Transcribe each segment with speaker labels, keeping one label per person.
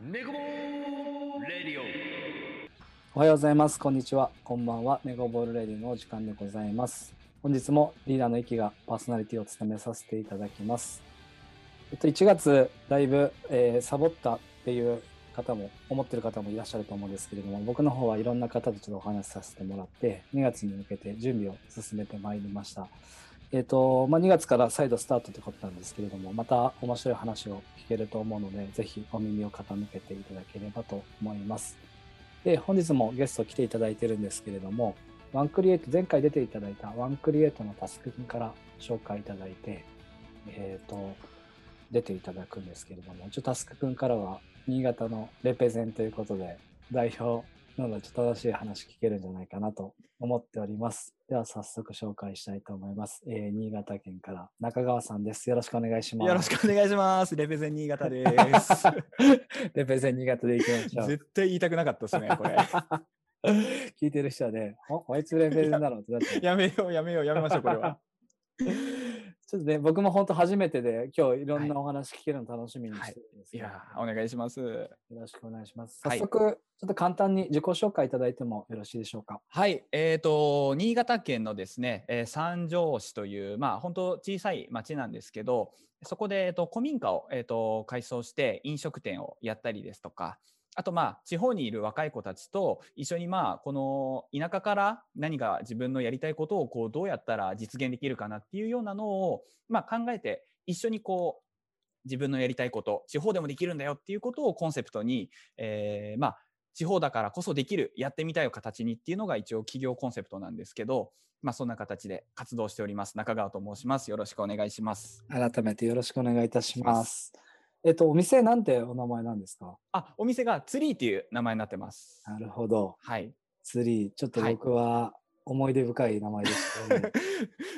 Speaker 1: ネコボールレディオ
Speaker 2: おはようございます。こんにちは。こんばんは。ネゴボールレディのお時間でございます。本日もリーダーの息がパーソナリティを務めさせていただきます。えっと、1月、だいぶ、えーサボったっていう方も、思ってる方もいらっしゃると思うんですけれども、僕の方はいろんな方とちょっとお話しさせてもらって、2月に向けて準備を進めてまいりました。えっ、と、まあ、2月から再度スタートということなんですけれども、また面白い話を聞けると思うので、ぜひお耳を傾けていただければと思います。で、本日もゲスト来ていただいてるんですけれども、ワンクリエイト、前回出ていただいたワンクリエイトのタスク君から紹介いただいて、えっ、と、出ていただくんですけれども、一応タスク君からは、新潟のレペゼンということで、代表なので、ちょっと楽しい話聞けるんじゃないかなと思っております。では、早速紹介したいと思います。えー新潟県から中川さんです。よろしくお願いします。
Speaker 3: よろしくお願いします。レペゼン新潟です。
Speaker 2: レペゼン新潟でいきましょう。
Speaker 3: 絶対言いたくなかったですね、これ。
Speaker 2: 聞いてる人はね、おあいつレベルだろうってなっちゃう。
Speaker 3: やめよう、やめよう、やめましょう、これは。
Speaker 2: ちょっとね、僕も本当初めてで、今日いろんなお話聞けるの楽しみにしてるんですけ
Speaker 3: い
Speaker 2: ど、
Speaker 3: やー、お願いします。
Speaker 2: よろしくお願いします。
Speaker 3: は
Speaker 2: 早
Speaker 3: い
Speaker 2: 速、ちょっと簡単に自己紹介いただいてもよろしいでしょうか。
Speaker 3: はい、えー、と新潟県のですね、えー三条市という、まあ、本当小さい町なんですけどそこで、えー、と古民家を、えー、と改装して飲食店をやったりですとかあとまあ地方にいる若い子たちと一緒にまあこの田舎から何か自分のやりたいことをこうどうやったら実現できるかなっていうようなのを、まあ、考えて一緒にこう自分のやりたいこと地方でもできるんだよっていうことをコンセプトに、えーまあ、地方だからこそできるやってみたいを形にっていうのが一応企業コンセプトなんですけど、まあ、そんな形で活動しております中川と申しますよろしくお願いします
Speaker 2: 改めてよろしくお願いいたし
Speaker 3: お願い
Speaker 2: ま。
Speaker 3: します
Speaker 2: えっと、お店なんてお名前なんですか
Speaker 3: あお店がツリーっていう名前になってます
Speaker 2: なるほど。
Speaker 3: はい
Speaker 2: ツリー、ちょっと僕は思い出深い名前でしたね、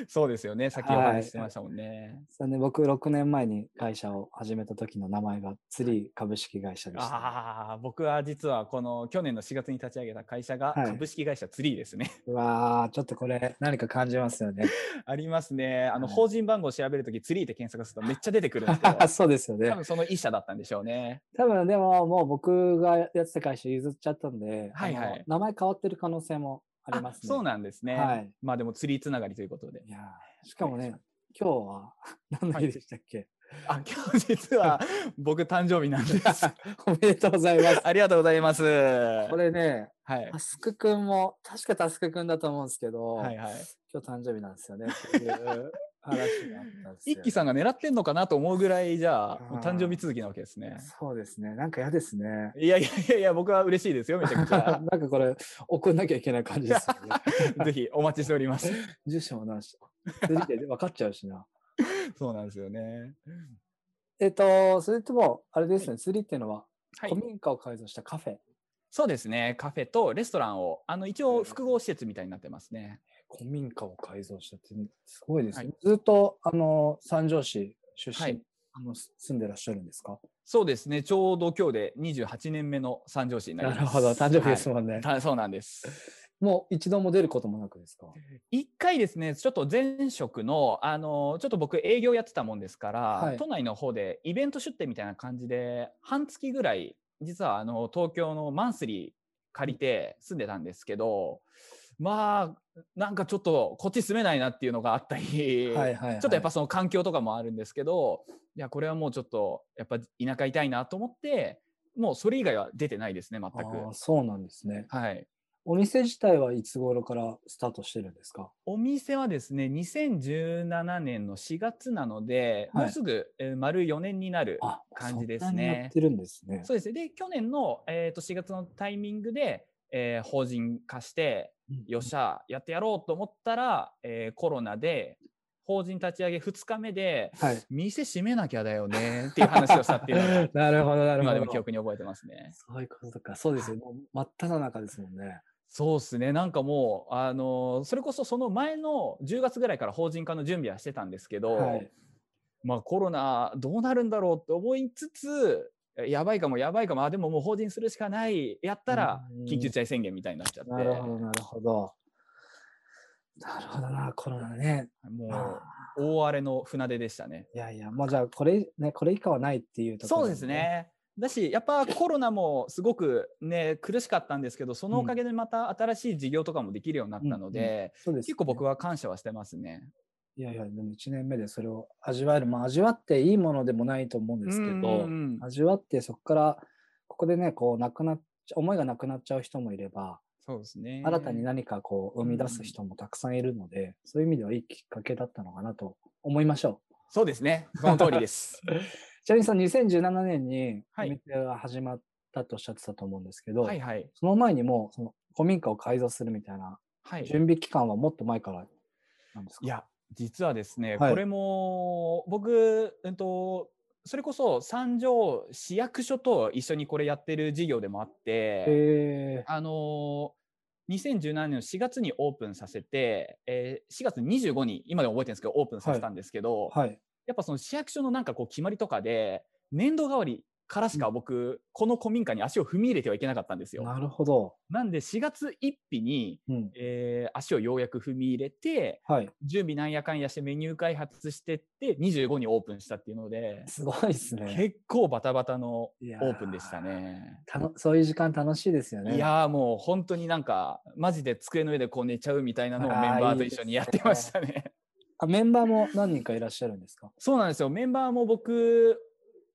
Speaker 3: そうですよねさっきお話ししてましたもんね、
Speaker 2: そうね僕6年前に会社を始めた時の名前がツリー株式会社でした。
Speaker 3: ああ僕は実はこの去年の4月に立ち上げた会社が
Speaker 2: はい
Speaker 3: 株式会社ツリーですね
Speaker 2: うわあ、ちょっとこれ何か感じますよね。
Speaker 3: ありますねあの
Speaker 2: はい
Speaker 3: 法人番号を調べるときツリーって検索するとめっちゃ出てくるんですけ ど
Speaker 2: そうですよね
Speaker 3: 多。 分その一社だったんでしょうね
Speaker 2: 多分でももう僕がやってた会社譲っちゃったんで、
Speaker 3: はいはい
Speaker 2: あの名前変わってる可能性もありますね。
Speaker 3: そうなんですね、
Speaker 2: はい
Speaker 3: まあでもツリーつながりということで
Speaker 2: いやーしかもね、今日は 何の日でしたっけ、
Speaker 3: あ、今日実は僕誕生日なんです。
Speaker 2: おめでとうございます。
Speaker 3: ありがとうございます。
Speaker 2: これね、
Speaker 3: はい
Speaker 2: タ。スクくんも、確かタスクくんだと思うんですけど、
Speaker 3: はいはい。
Speaker 2: 今日誕生日なんですよね。っていう話があったんですよ。
Speaker 3: 一輝さんが狙ってんのかなと思うぐらいじゃあ
Speaker 2: ー
Speaker 3: もう誕生日続きなわけですね。
Speaker 2: そうですね。なんか嫌ですね。
Speaker 3: いやいやいやいや僕は嬉しいですよめちゃく ち
Speaker 2: な
Speaker 3: ゃ
Speaker 2: ん。かこれ、送んなきゃいけない感じですよね。
Speaker 3: ぜひお待ちしております。
Speaker 2: 住所もなし、通じて分かっちゃうしな。
Speaker 3: そうなんですよね。
Speaker 2: えっと、それとも、あれですね、釣りっていうのは、
Speaker 3: はい
Speaker 2: 古。民家を改造したカフェ。
Speaker 3: そうですね。カフェとレストランをあの一
Speaker 2: は
Speaker 3: 応
Speaker 2: い
Speaker 3: 複合施設みたいになってますね。
Speaker 2: 古民家を改造したって、すごいですね。
Speaker 3: はい
Speaker 2: ずっと、あの、三条市出身、
Speaker 3: はい
Speaker 2: あのす住んでらっしゃるんですか
Speaker 3: そうですね。ちょうど今日で28年目の三条市になります。はい
Speaker 2: もんね
Speaker 3: たそうなんです。
Speaker 2: もう一度も出ることもなくですか
Speaker 3: 一回ですねちょっと前職のあのちょっと僕営業やってたもんですから、
Speaker 2: はい
Speaker 3: 都内の方でイベント出店みたいな感じで半月ぐらい実はあの東京のマンスリー借りて住んでたんですけどまあなんかちょっとこっち住めないなっていうのがあったり、
Speaker 2: はいはい、はい。
Speaker 3: ちょっとやっぱその環境とかもあるんですけどいやこれはもうちょっとやっぱ田舎いたいなと思ってもうそれ以外は出てないですね全
Speaker 2: あー
Speaker 3: く。
Speaker 2: そうなんですね。
Speaker 3: はい
Speaker 2: お店自体はいつ頃からスタートしてるんですか
Speaker 3: お店はですね2017年の4月なので、
Speaker 2: はい
Speaker 3: もうすぐ、えー丸4年になる
Speaker 2: あ、
Speaker 3: 感じですね
Speaker 2: そんなにやってるんですね。
Speaker 3: そうですねで去年の、えー、と4月のタイミングで、えー法人化して
Speaker 2: うん
Speaker 3: よっしゃやってやろうと思ったら、えーコロナで法人立ち上げ2日目で
Speaker 2: はい。
Speaker 3: 店閉めなきゃだよねっていう話をしたっていうの が
Speaker 2: なるほど、なるほど。
Speaker 3: 今でも記憶に覚えてますね。
Speaker 2: そういうことか。そうですよ。もう真っ只中ですもんね。
Speaker 3: そうですねなんかもう、あのーそれこそその前の10月ぐらいから法人化の準備はしてたんですけど、
Speaker 2: はい。
Speaker 3: まあ、コロナどうなるんだろうって思いつつえやばいかもやばいかもあでももう法人するしかないやったら
Speaker 2: うん
Speaker 3: 緊急事態宣言みたいになっちゃって
Speaker 2: なるほど、なるほど。なるほどな、コロナね。
Speaker 3: も
Speaker 2: ま
Speaker 3: う大荒れの船出でしたね。
Speaker 2: いやいや、もうじゃあ、これ、ね、これ以下はないっていうところ
Speaker 3: そう
Speaker 2: な
Speaker 3: で
Speaker 2: ん
Speaker 3: す。ねだしやっぱコロナもすごくね苦しかったんですけどそのおかげでまた新しい事業とかもできるようになったので、
Speaker 2: そうです、
Speaker 3: 結構僕
Speaker 2: は。
Speaker 3: は感謝はしてますね。
Speaker 2: いやいや、でも1年目でそれを味わえる。まあ、味わっていいものでもないと思うんですけど
Speaker 3: うん、うん
Speaker 2: 味わってそこから、ここでね、こう、なくなっちゃ思いがなくなっちゃう人もいれば、
Speaker 3: そうですね
Speaker 2: 新たに何かこう、生み出す人もたくさんいるので、そういう意味ではいいきっかけだったのかなと思いましょう。
Speaker 3: そうですねその通り です。
Speaker 2: ちなみにさん、2017年にお
Speaker 3: はい
Speaker 2: 店が始まったとおっしゃってたと思うんですけど、
Speaker 3: はいはい
Speaker 2: その前にもう、その古民家を改造するみたいな
Speaker 3: はい。
Speaker 2: 準備期間はもっと前からなんですか
Speaker 3: いや実はですね、
Speaker 2: はい
Speaker 3: これも僕、うん、とそれこそ三条市役所と一緒にこれやってる事業でもあって、
Speaker 2: へ
Speaker 3: あのー2017年の4月にオープンさせて、えー4月25に今でも覚えてるんですけどオープンさせたんですけど、
Speaker 2: ーはい。
Speaker 3: やっぱその市役所のなんかこう決まりとかで年度代わりからしか僕、この古民家に足を踏み入れてはいけなかったんですよ。
Speaker 2: なるほど。
Speaker 3: なんで4月1日に、
Speaker 2: うん。
Speaker 3: えー足をようやく踏み入れて、
Speaker 2: はい。
Speaker 3: 準備なんやかんやしてメニュー開発してって25にオープンしたっていうので、
Speaker 2: すごいですね。
Speaker 3: 結構バタバタの
Speaker 2: いや
Speaker 3: オープンでしたね。
Speaker 2: たのそういう時間楽しいですよね。
Speaker 3: いやーもう本当になんかマジで机の上でこう寝ちゃうみたいなのをメンバーと一緒にやってましたね。
Speaker 2: あメンバーも何人かいらっしゃるんですか
Speaker 3: そうなんですよメンバーも僕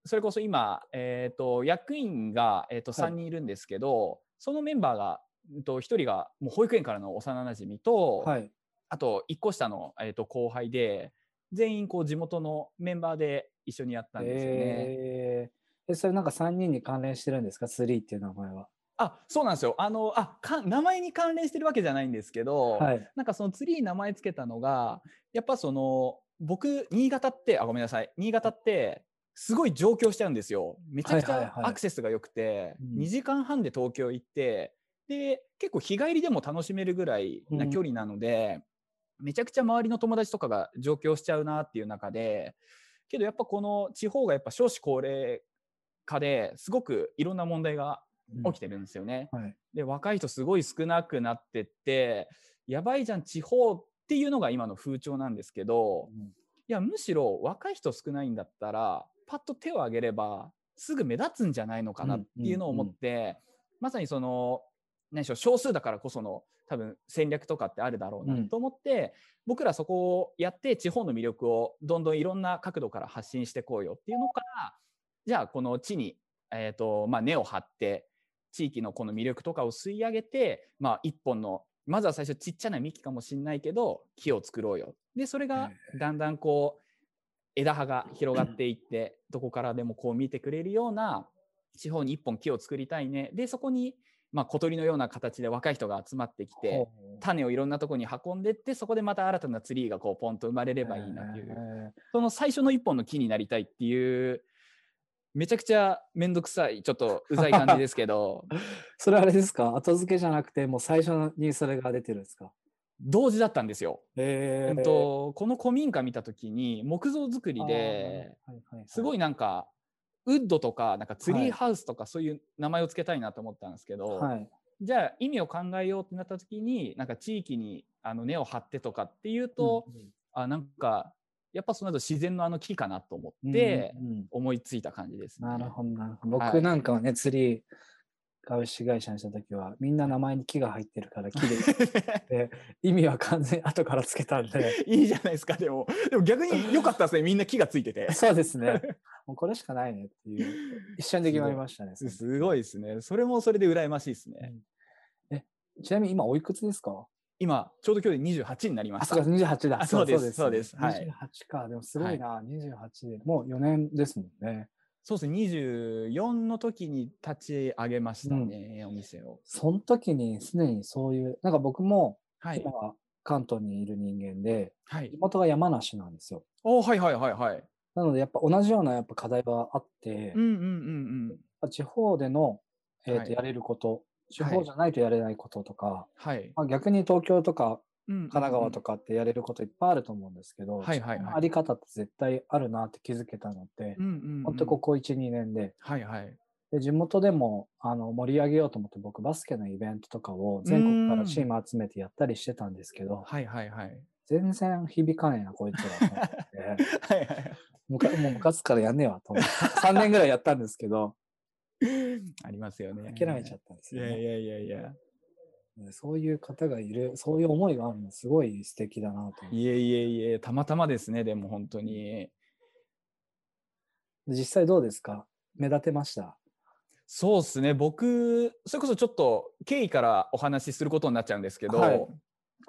Speaker 3: それこそ今、えー、と役員が、えー、と
Speaker 2: は
Speaker 3: 3
Speaker 2: い
Speaker 3: 人いるんですけど、そのメンバーが、うんと、1人がもう保育園からの幼なじみと、
Speaker 2: はい。
Speaker 3: あと1個下の、えー、と後輩で全員こう地元のメンバーで一緒にやったんですよね。
Speaker 2: えーえそれなんか3人に関連してるんですか ?3 っていう名前は。
Speaker 3: あそうなんですよあのあか名前に関連してるわけじゃないんですけど、
Speaker 2: はい。
Speaker 3: なんかそのツリーに名前つけたのがやっぱその僕新潟ってあごめんなさい新潟ってすごい上京しちゃうんですよめちゃくち
Speaker 2: はいはい
Speaker 3: ゃ
Speaker 2: はい
Speaker 3: アクセスが良くて、
Speaker 2: うん
Speaker 3: 2時間半で東京行ってで結構日帰りでも楽しめるぐらいな距離なので、めちゃくちゃ周りの友達とかが上京しちゃうなっていう中でけどやっぱこの地方がやっぱ少子高齢化ですごくいろんな問題が起きてるんですよね。
Speaker 2: はい。
Speaker 3: で若い人すごい少なくなってってやばいじゃん地方っていうのが今の風潮なんですけど
Speaker 2: うん
Speaker 3: いやむしろ若い人少ないんだったらパッと手を挙げればすぐ目立つんじゃないのかなっていうのを思って、まさにその何でしょう少数だからこその多分戦略とかってあるだろう
Speaker 2: う
Speaker 3: なんと思って、僕らそこをやって地方の魅力をどんどんいろんな角度から発信していこうよっていうのからじゃあこの地に、えーとまあ、根を張って地域のこの魅力とかを吸い上げて、まあ、一本のまずは最初ちっちゃな幹かもしれないけど木を作ろうよでそれがだんだんこう枝葉が広がっていってどこからでもこう見てくれるような地方に一本木を作りたいねでそこに、まあ、小鳥のような形で若い人が集まってきて
Speaker 2: ほう
Speaker 3: 種をいろんなとこに運んでってそこでまた新たなツリーがこうポンと生まれればいいなっていう、
Speaker 2: え
Speaker 3: その最初の一本の木になりたいっていうめちゃくちゃ面倒くさいちょっとうざい感じです けど
Speaker 2: ーそれあれですか後付けじゃなくて、もう最初にそれが出てるんですか
Speaker 3: 同時だったんですよ。
Speaker 2: え
Speaker 3: うんとこの古民家見た時に木造作りで、
Speaker 2: あーなるほどはいはいはい
Speaker 3: すごいなんかウッドとかなんかツ
Speaker 2: は
Speaker 3: リー
Speaker 2: い
Speaker 3: ハウスとかそういう名前を付けたいなと思ったんですけど、
Speaker 2: はい。
Speaker 3: じゃあ意味を考えようってなった時になんか地域にあの根を張ってとかっていうと、
Speaker 2: うんうん
Speaker 3: あなんかやっぱその後自然のあの木かなと思って
Speaker 2: うんうんうん
Speaker 3: 思いついた感じですね。
Speaker 2: なるほど、なるほど。
Speaker 3: はい
Speaker 2: 僕なんかはね、ツリー株式会社にしたときは、みんな名前に木が入ってるから木 で、意味は完全に後からつけたんで、
Speaker 3: いいじゃないですかでもでも逆に良かったですねみんな木がついてて。
Speaker 2: そうですね。もうこれしかないねっていう、一瞬で決まりましたね。その
Speaker 3: すごいですねそれもそれで羨ましいですね。
Speaker 2: 時ちなみに今おいくつですか
Speaker 3: 今ちょうど今日で28になりま
Speaker 2: あ、
Speaker 3: し
Speaker 2: そう
Speaker 3: た
Speaker 2: か、。28だ。
Speaker 3: あそうですそうですはい
Speaker 2: 28か。でもすごいな、28で。もう4年ですもんね。
Speaker 3: そうですね24の時に立ち上げましたね、お店を。
Speaker 2: その時にすでにそういう、なんか僕も
Speaker 3: はい
Speaker 2: 今。は関東にいる人間で、
Speaker 3: はい
Speaker 2: 地、元が山梨なんですよ。
Speaker 3: おはいはいはいはい。
Speaker 2: なので、やっぱ同じようなやっぱ課題はあって、
Speaker 3: うん
Speaker 2: やっ
Speaker 3: うんうんうん。
Speaker 2: ぱ地方での、えーと
Speaker 3: はい
Speaker 2: やれること、地
Speaker 3: はい
Speaker 2: 方じゃないとやれないこととか、
Speaker 3: はい。
Speaker 2: まあ、逆に東京とか
Speaker 3: 神
Speaker 2: 神奈川とかってやれることいっぱいあると思うんですけど、
Speaker 3: はいはいはい
Speaker 2: そのあり方って絶対あるなって気づけたのって、
Speaker 3: うんうんうん、
Speaker 2: ほんとここ1、2年で
Speaker 3: はいはい。
Speaker 2: で、地元でもあの盛り上げようと思って僕バスケのイベントとかを全国か
Speaker 3: う
Speaker 2: ら
Speaker 3: ん
Speaker 2: チーム集めてやったりしてたんですけど、
Speaker 3: はいはいはい。
Speaker 2: 全然響かねえな、こいつらと思って。
Speaker 3: はいはい。
Speaker 2: むかもう部活からやんねえわと思って。3年ぐらいやったんですけど、
Speaker 3: ありますよね。
Speaker 2: 諦めちゃったんです
Speaker 3: い
Speaker 2: よ、
Speaker 3: やい
Speaker 2: ね。
Speaker 3: やいやいや。
Speaker 2: そういう方がいる、そういう思いがあるの、すごい素敵だなと思う。
Speaker 3: いえいえいえ、たまたまですね、でも本当に。
Speaker 2: 実際どうですか目立てました
Speaker 3: そうですね、僕、それこそちょっと経緯からお話しすることになっちゃうんですけど、
Speaker 2: はい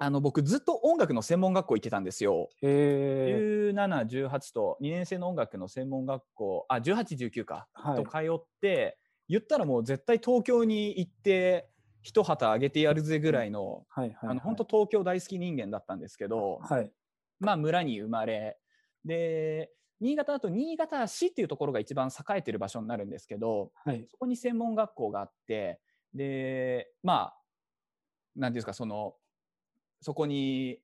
Speaker 3: あの僕、ずっと音楽の専門学校行ってたんですよ。
Speaker 2: へえ。
Speaker 3: 17、18と2年生の音楽の専門学校、あ、18、19か、
Speaker 2: は
Speaker 3: と
Speaker 2: い
Speaker 3: 通。って、言ったらもう絶対東京に行って、一旗あげてやるぜぐらいの、
Speaker 2: はいはい、はい。
Speaker 3: あの本当東京大好き人間だったんですけど、
Speaker 2: はい。
Speaker 3: まあ、村に生まれで新潟だと新潟市っていうところが一番栄えてる場所になるんですけど
Speaker 2: はい。
Speaker 3: そこに専門学校があってでまあ何ていうんですかそのそこに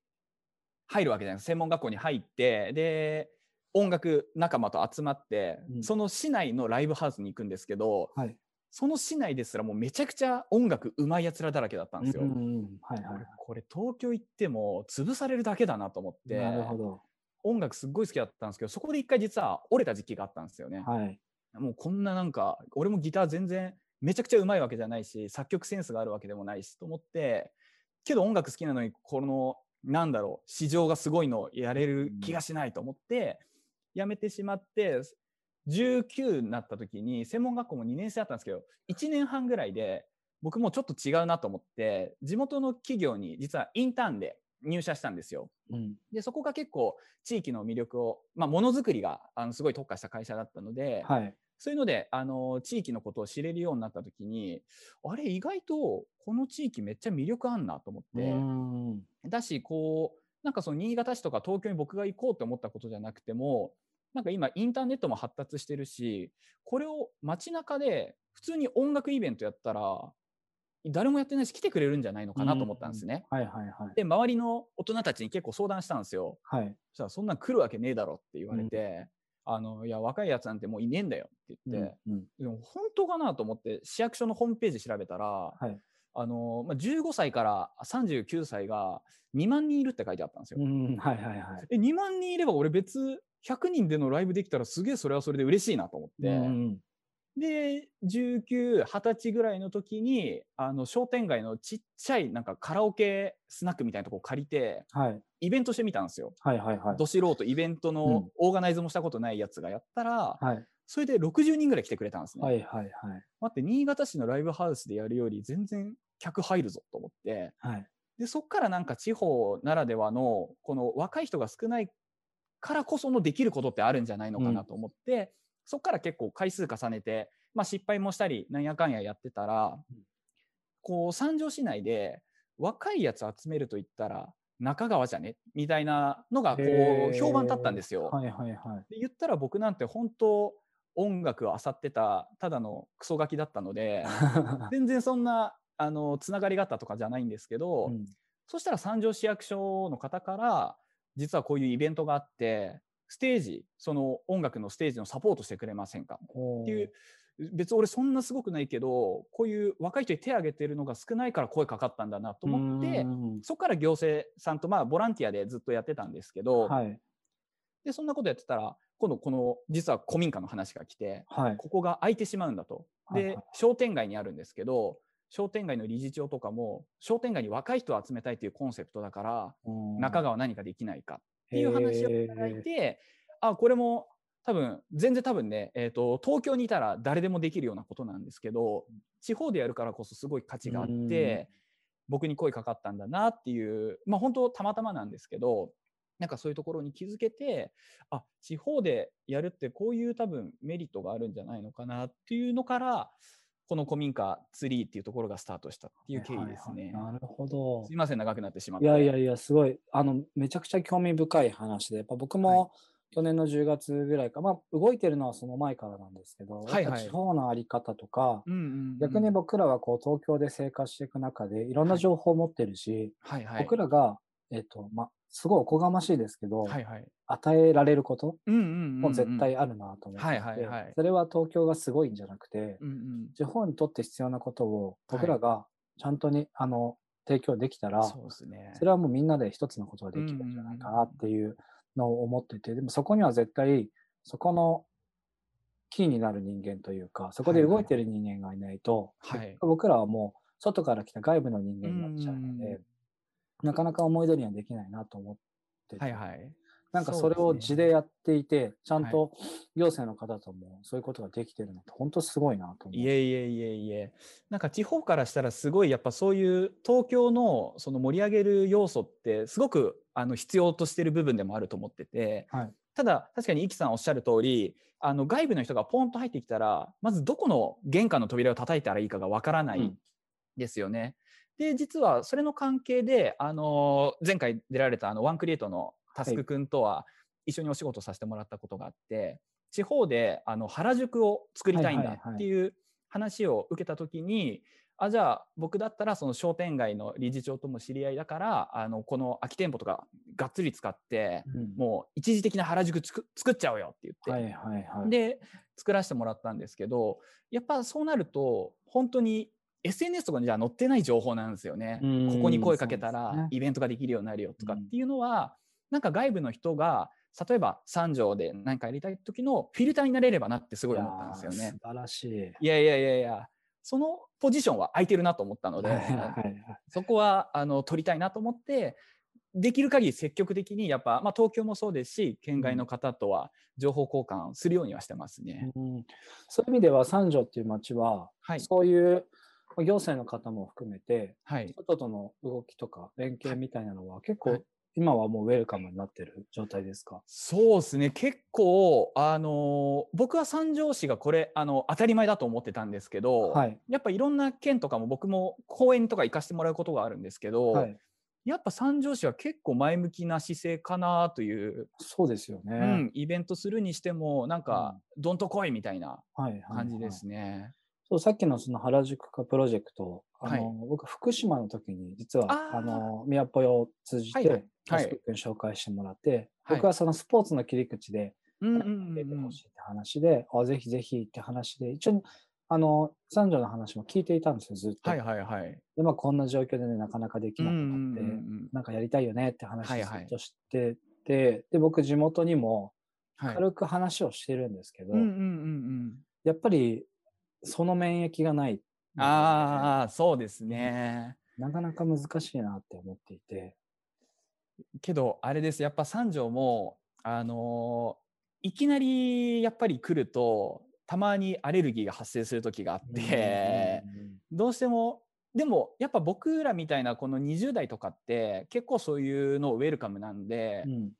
Speaker 3: 入るわけじゃないです専門学校に入ってで音楽仲間と集まって、
Speaker 2: うん
Speaker 3: その市内のライブハウスに行くんですけど
Speaker 2: はい。
Speaker 3: その市内ですらもうめちゃくちゃ音楽うまいやつらだらけだったんですよ。
Speaker 2: うんうんうんはいはい
Speaker 3: 俺これ東京行っても潰されるだけだなと思って
Speaker 2: なるほど。
Speaker 3: 音楽すっごい好きだったんですけどそこで一回実は折れた時期があったんですよね。
Speaker 2: はい。
Speaker 3: もうこんななんか俺もギター全然めちゃくちゃうまいわけじゃないし作曲センスがあるわけでもないしと思ってけど音楽好きなのにこのなんだろう市場がすごいのやれる気がしないと思ってやめてしまって19になった時に専門学校も2年生だったんですけど1年半ぐらいで僕もちょっと違うなと思って地元の企業に実はインターンで入社したんですよ。
Speaker 2: うん。
Speaker 3: でそこが結構地域の魅力を、まあ、ものづくりがあのすごい特化した会社だったので、
Speaker 2: はい。
Speaker 3: そういうのであの地域のことを知れるようになった時にあれ意外とこの地域めっちゃ魅力あんなと思って、
Speaker 2: うん
Speaker 3: だしこうなんかその新潟市とか東京に僕が行こうと思ったことじゃなくてもなんか今インターネットも発達してるしこれを街中で普通に音楽イベントやったら誰もやってないし来てくれるんじゃないのかなと思ったんですね。
Speaker 2: はいはいはい。
Speaker 3: で周りの大人たちに結構相談したんですよ。
Speaker 2: はい。
Speaker 3: そしたらそんなん来るわけねえだろって言われて、あの、いや、若いやつなんてもういねえんだよって言って、
Speaker 2: うんうん
Speaker 3: でも本当かなと思って、市役所のホームページ調べたら、
Speaker 2: はい
Speaker 3: あの、まあ、15歳から39歳が2万人いるって書いてあったんですよ。
Speaker 2: うん。はいはいはい。
Speaker 3: え、2万人いれば俺別100人でのライブできたらすげえそれはそれで嬉しいなと思って、
Speaker 2: うん
Speaker 3: で、19、20歳ぐらいの時に、あの、商店街のちっちゃいなんかカラオケスナックみたいなとこ借りて、
Speaker 2: はい。
Speaker 3: イベントしてみたんですよ。
Speaker 2: はいはいはい。
Speaker 3: ど素人イベント
Speaker 2: うん
Speaker 3: のオーガナイズもしたことないやつがやったら、
Speaker 2: はい
Speaker 3: それで60人ぐらい来てくれたんですね。
Speaker 2: はいはいはい。
Speaker 3: 待って新潟市のライブハウスでやるより全然客入るぞと思って
Speaker 2: はい。
Speaker 3: でそっからなんか地方ならではのこの若い人が少ないからこそのできることってあるんじゃないのかなと思って、そっから結構回数重ねて、まあ、失敗もしたりなんやかんややってたら、こう三条市内で若いやつ集めると言ったら中川じゃねみたいなのがこ
Speaker 2: へ
Speaker 3: う
Speaker 2: ー
Speaker 3: 評判だったんですよ。
Speaker 2: はいはいはい。
Speaker 3: で言ったら僕なんて本当音楽を漁ってたただのクソガキだった ので全然そんなあのつながりがあったとかじゃないんですけど、
Speaker 2: うん
Speaker 3: そしたら三条市役所の方から実はこういうイベントがあってステージその音楽のステージのサポートしてくれませんか
Speaker 2: おー
Speaker 3: っていう別に俺そんなすごくないけどこういう若い人に手挙げてるのが少ないから声かかったんだなと思って
Speaker 2: うん
Speaker 3: そこから行政さんとまあボランティアでずっとやってたんですけど、
Speaker 2: はい
Speaker 3: でそんなことやってたら今度この実は古民家の話が来て
Speaker 2: はい。
Speaker 3: ここが空いてしまうんだと。
Speaker 2: はい
Speaker 3: で
Speaker 2: はい
Speaker 3: 商店街にあるんですけど商店街の理事長とかも商店街に若い人を集めたいというコンセプトだから中
Speaker 2: っ
Speaker 3: 川何かできないかっていう話をいただいてあこれも多分全然多分ね、えー、と東京にいたら誰でもできるようなことなんですけど地方でやるからこそすごい価値があって僕に声かかったんだなっていうまあ本当たまたまなんですけどなんかそういうところに気づけてあ地方でやるってこういう多分メリットがあるんじゃないのかなっていうのからこの古民家ツリーっていうところがスタートしたって
Speaker 2: て
Speaker 3: いう経緯ですね。
Speaker 2: なるほど
Speaker 3: すい。ません長くなってしまっ
Speaker 2: い
Speaker 3: て。
Speaker 2: やいやいや、すごい、あの、めちゃくちゃ興味深い話で、やっぱ僕も去年の10月ぐらいか、まあ、動いてるのはその前からなんですけど、
Speaker 3: はいはい
Speaker 2: やっぱ地方のあり方とか、
Speaker 3: うんうんうん
Speaker 2: 逆に僕らはこう東京で生活していく中で、いろんな情報を持ってるし、
Speaker 3: はいはい、
Speaker 2: 僕らが、えっ、と、まあ、すごいおこがましいですけど、
Speaker 3: はいはい。
Speaker 2: 与えられること
Speaker 3: うんうんうんうん
Speaker 2: も絶。対あるなと思っていて、
Speaker 3: はいはいはい
Speaker 2: それは東京がすごいんじゃなくて、
Speaker 3: うんうん。
Speaker 2: 地方にとって必要なことを
Speaker 3: はい
Speaker 2: 僕らがちゃんとに、あの提供できたら、
Speaker 3: そうですね。
Speaker 2: それはもうみんなで一つのことができるんじゃないかなっていうのを思ってて、でもそこには絶対、そこのキーになる人間というか、そこで動いてる人間がいないと、
Speaker 3: はい
Speaker 2: 僕らはもう外から来た外部の人間になっちゃうの
Speaker 3: うんうん
Speaker 2: で、なかなか思い通りにはできないなと思ってて、
Speaker 3: はいはい。
Speaker 2: なんかそれを
Speaker 3: そ
Speaker 2: 地
Speaker 3: うですね
Speaker 2: でやっていて、ちゃん
Speaker 3: はい
Speaker 2: と行政の方ともそういうことができてるのって本当すごいなと思う。
Speaker 3: いえいえいえいえ。なんか地方からしたらすごいやっぱそういう東京のその盛り上げる要素ってすごくあの必要としてる部分でもあると思ってて、
Speaker 2: はい
Speaker 3: ただ確かにイキさんおっしゃる通りあの外部の人がポンと入ってきたらまずどこの玄関の扉を叩いたらいいかがわからな
Speaker 2: う
Speaker 3: い
Speaker 2: ん
Speaker 3: ですよね。で実はそれの関係であの前回出られたあのワンクリエイトのタスク君とは一緒にお仕事させてもらったことがあって地方であの原宿を作りたいん
Speaker 2: はい
Speaker 3: だ
Speaker 2: はいはい
Speaker 3: っていう話を受けた時にあじゃあ僕だったらその商店街の理事長とも知り合いだからあのこの空き店舗とかがっつり使って
Speaker 2: うん
Speaker 3: もう一時的な原宿つく作っちゃおうよって言
Speaker 2: はい
Speaker 3: っ
Speaker 2: はい
Speaker 3: て、
Speaker 2: はい。
Speaker 3: で作らせてもらったんですけどやっぱそうなると本当に SNS とかにじゃあ載ってない情報なんですよね。
Speaker 2: うん
Speaker 3: ここに声かけた
Speaker 2: そうです
Speaker 3: ら
Speaker 2: ね
Speaker 3: イベントができるようになるよとか
Speaker 2: うん
Speaker 3: っていうのは、なんか外部の人が例えば三条で何かやりたい時のフィルターになれればなってすごい思ったんですよ
Speaker 2: いやー
Speaker 3: ね
Speaker 2: 素。晴らしい。
Speaker 3: いやいやいやいやそのポジションは空いてるなと思ったので、
Speaker 2: はいはいはい
Speaker 3: そこはあの取りたいなと思ってできる限り積極的にやっぱ、まあ、東京もそうですし県外の方とは情報交換するようにはしてますね。
Speaker 2: うん、そういう意味では三条っていう町は、
Speaker 3: はい、
Speaker 2: そういうまあ行政の方も含めて
Speaker 3: はい、
Speaker 2: 外との動きとか連携みたいなのは結構
Speaker 3: はい
Speaker 2: 今はもうウェルカムになってる状態ですか、
Speaker 3: そうですね結構あの僕は三条市がこれあの当たり前だと思ってたんですけど、
Speaker 2: はい
Speaker 3: やっぱいろんな県とかも僕も講演とか行かせてもらうことがあるんですけど、
Speaker 2: はい、
Speaker 3: やっぱ三条市は結構前向きな姿勢かなという、
Speaker 2: そうですよね、
Speaker 3: うん、イベントするにしてもなんかどんと来いみたいな
Speaker 2: はいはいはい
Speaker 3: 感じですね。
Speaker 2: そうさっきのその原宿化プロジェクトあの、
Speaker 3: は
Speaker 2: 僕福島の時に実は
Speaker 3: あー
Speaker 2: あの宮ぽよを通じ
Speaker 3: はいは
Speaker 2: て
Speaker 3: い
Speaker 2: タスク君紹介してもらって、
Speaker 3: はい
Speaker 2: 僕はそのスポーツの切り口で
Speaker 3: うんうん
Speaker 2: 出て
Speaker 3: うんうん
Speaker 2: ほしいって話で、あぜひぜひって話で、一応に、あの、三女の話も聞いていたんですよ、ずっと。
Speaker 3: はいはいはい。
Speaker 2: で、まあ、こんな状況でね、なかなかできなく
Speaker 3: うん
Speaker 2: なっ
Speaker 3: う
Speaker 2: て、
Speaker 3: んうん
Speaker 2: なんかやりたいよねって話
Speaker 3: はい
Speaker 2: をず
Speaker 3: はい
Speaker 2: っとしてて、で、僕、地元にも
Speaker 3: はい
Speaker 2: 軽く話をしてるんですけど、
Speaker 3: うんうんうん
Speaker 2: やっぱり、その免疫がない。
Speaker 3: うん。ああ、そうですね。
Speaker 2: なかなか難しいなって思っていて。
Speaker 3: けど、あれです。やっぱ三条も、あのーいきなりやっぱり来ると、たまにアレルギーが発生する時があって、
Speaker 2: うんうんうん
Speaker 3: どうしても、でもやっぱ僕らみたいなこの20代とかって結構そういうのウェルカムなんで、
Speaker 2: うん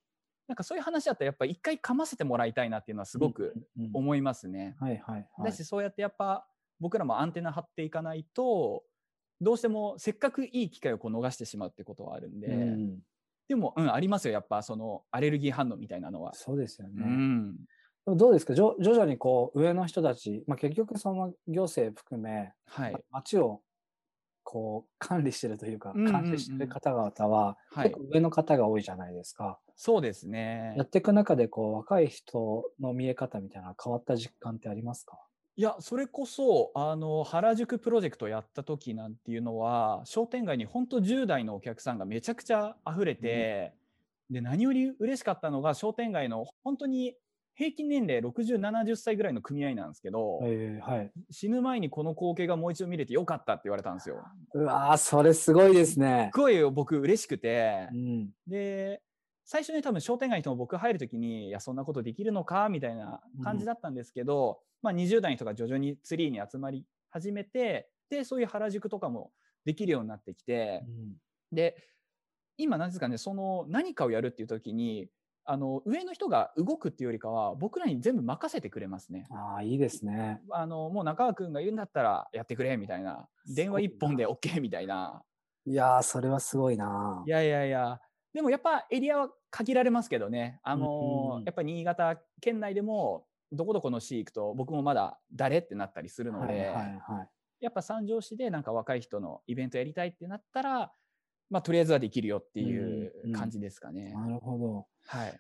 Speaker 3: なんかそういう話だったらやっぱ一回噛ませてもらいたいなっていうのはすごく
Speaker 2: うん
Speaker 3: 思いますね。
Speaker 2: はいはいはい
Speaker 3: だ。しそうやってやっぱ僕らもアンテナ張っていかないとどうしてもせっかくいい機会をこう逃してしまうってことはあるんで、
Speaker 2: うん
Speaker 3: でも、うん、ありますよやっぱそのアレルギー反応みたいなのは。
Speaker 2: そうですよね。
Speaker 3: うん
Speaker 2: でもどうですかじょ徐々にこう上の人たち、まあ、結局その行政含め、
Speaker 3: はい
Speaker 2: 町をこう管理してるというか、
Speaker 3: うんうんうん
Speaker 2: 管理してる方々は、
Speaker 3: はい
Speaker 2: 結構上の方が多いじゃないですか。
Speaker 3: そうですね
Speaker 2: やっていく中でこう若い人の見え方みたいなのは変わった実感ってありますか
Speaker 3: いやそれこそあの原宿プロジェクトやった時なんていうのは商店街に本当10代のお客さんがめちゃくちゃ溢れて、で何より嬉しかったのが商店街の本当に平均年齢6070歳ぐらいの組合なんですけど、
Speaker 2: えーはい。
Speaker 3: 死ぬ前にこの光景がもう一度見れてよかったって言われたんですよ。
Speaker 2: うわー、それすごいです
Speaker 3: す
Speaker 2: ね。
Speaker 3: ごい僕嬉しくて
Speaker 2: う、ん。
Speaker 3: で最初に多分商店街の人も僕入る時にいやそんなことできるのかみたいな感じだったんですけど、まあ、20代の人が徐々にツリーに集まり始めてでそういう原宿とかもできるようになってきて
Speaker 2: う、ん
Speaker 3: で今何ですかねその何かをやるっていう時にあの上の人が動くっていうよりかは僕らに全部任せてくれますね。
Speaker 2: ああ、いいですね。
Speaker 3: あのもう中川君が言うんだったらやってくれみたいな電話一本で OK みたいない
Speaker 2: やー、それはすごいない
Speaker 3: やいやいやでもやっぱエリアは限られますけどねあ
Speaker 2: うんうん
Speaker 3: の
Speaker 2: うん
Speaker 3: やっぱ新潟県内でもどこどこの市行くと僕もまだ誰ってなったりするの
Speaker 2: はいはい
Speaker 3: で、
Speaker 2: はい。
Speaker 3: やっぱ三条市でなんか若い人のイベントやりたいってなったらまあとりあえずはできるよっていう
Speaker 2: うんうん
Speaker 3: 感じですかね、
Speaker 2: なるほど。
Speaker 3: はい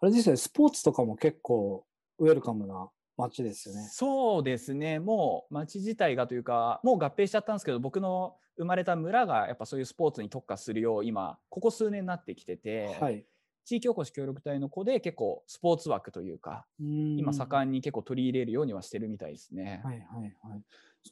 Speaker 2: あれですよね、スポーツとかも結構ウェルカムな街ですよね。
Speaker 3: そうですね、もう町自体がというか、もう合併しちゃったんですけど、僕の生まれた村がやっぱそういうスポーツに特化するよう、今、ここ数年なってきてて、
Speaker 2: はい。
Speaker 3: 地域おこし協力隊の子で結構スポーツ枠というか、今
Speaker 2: ん。
Speaker 3: 盛んに結構取り入れるようにはしてるみたいですね。
Speaker 2: はいはいはい。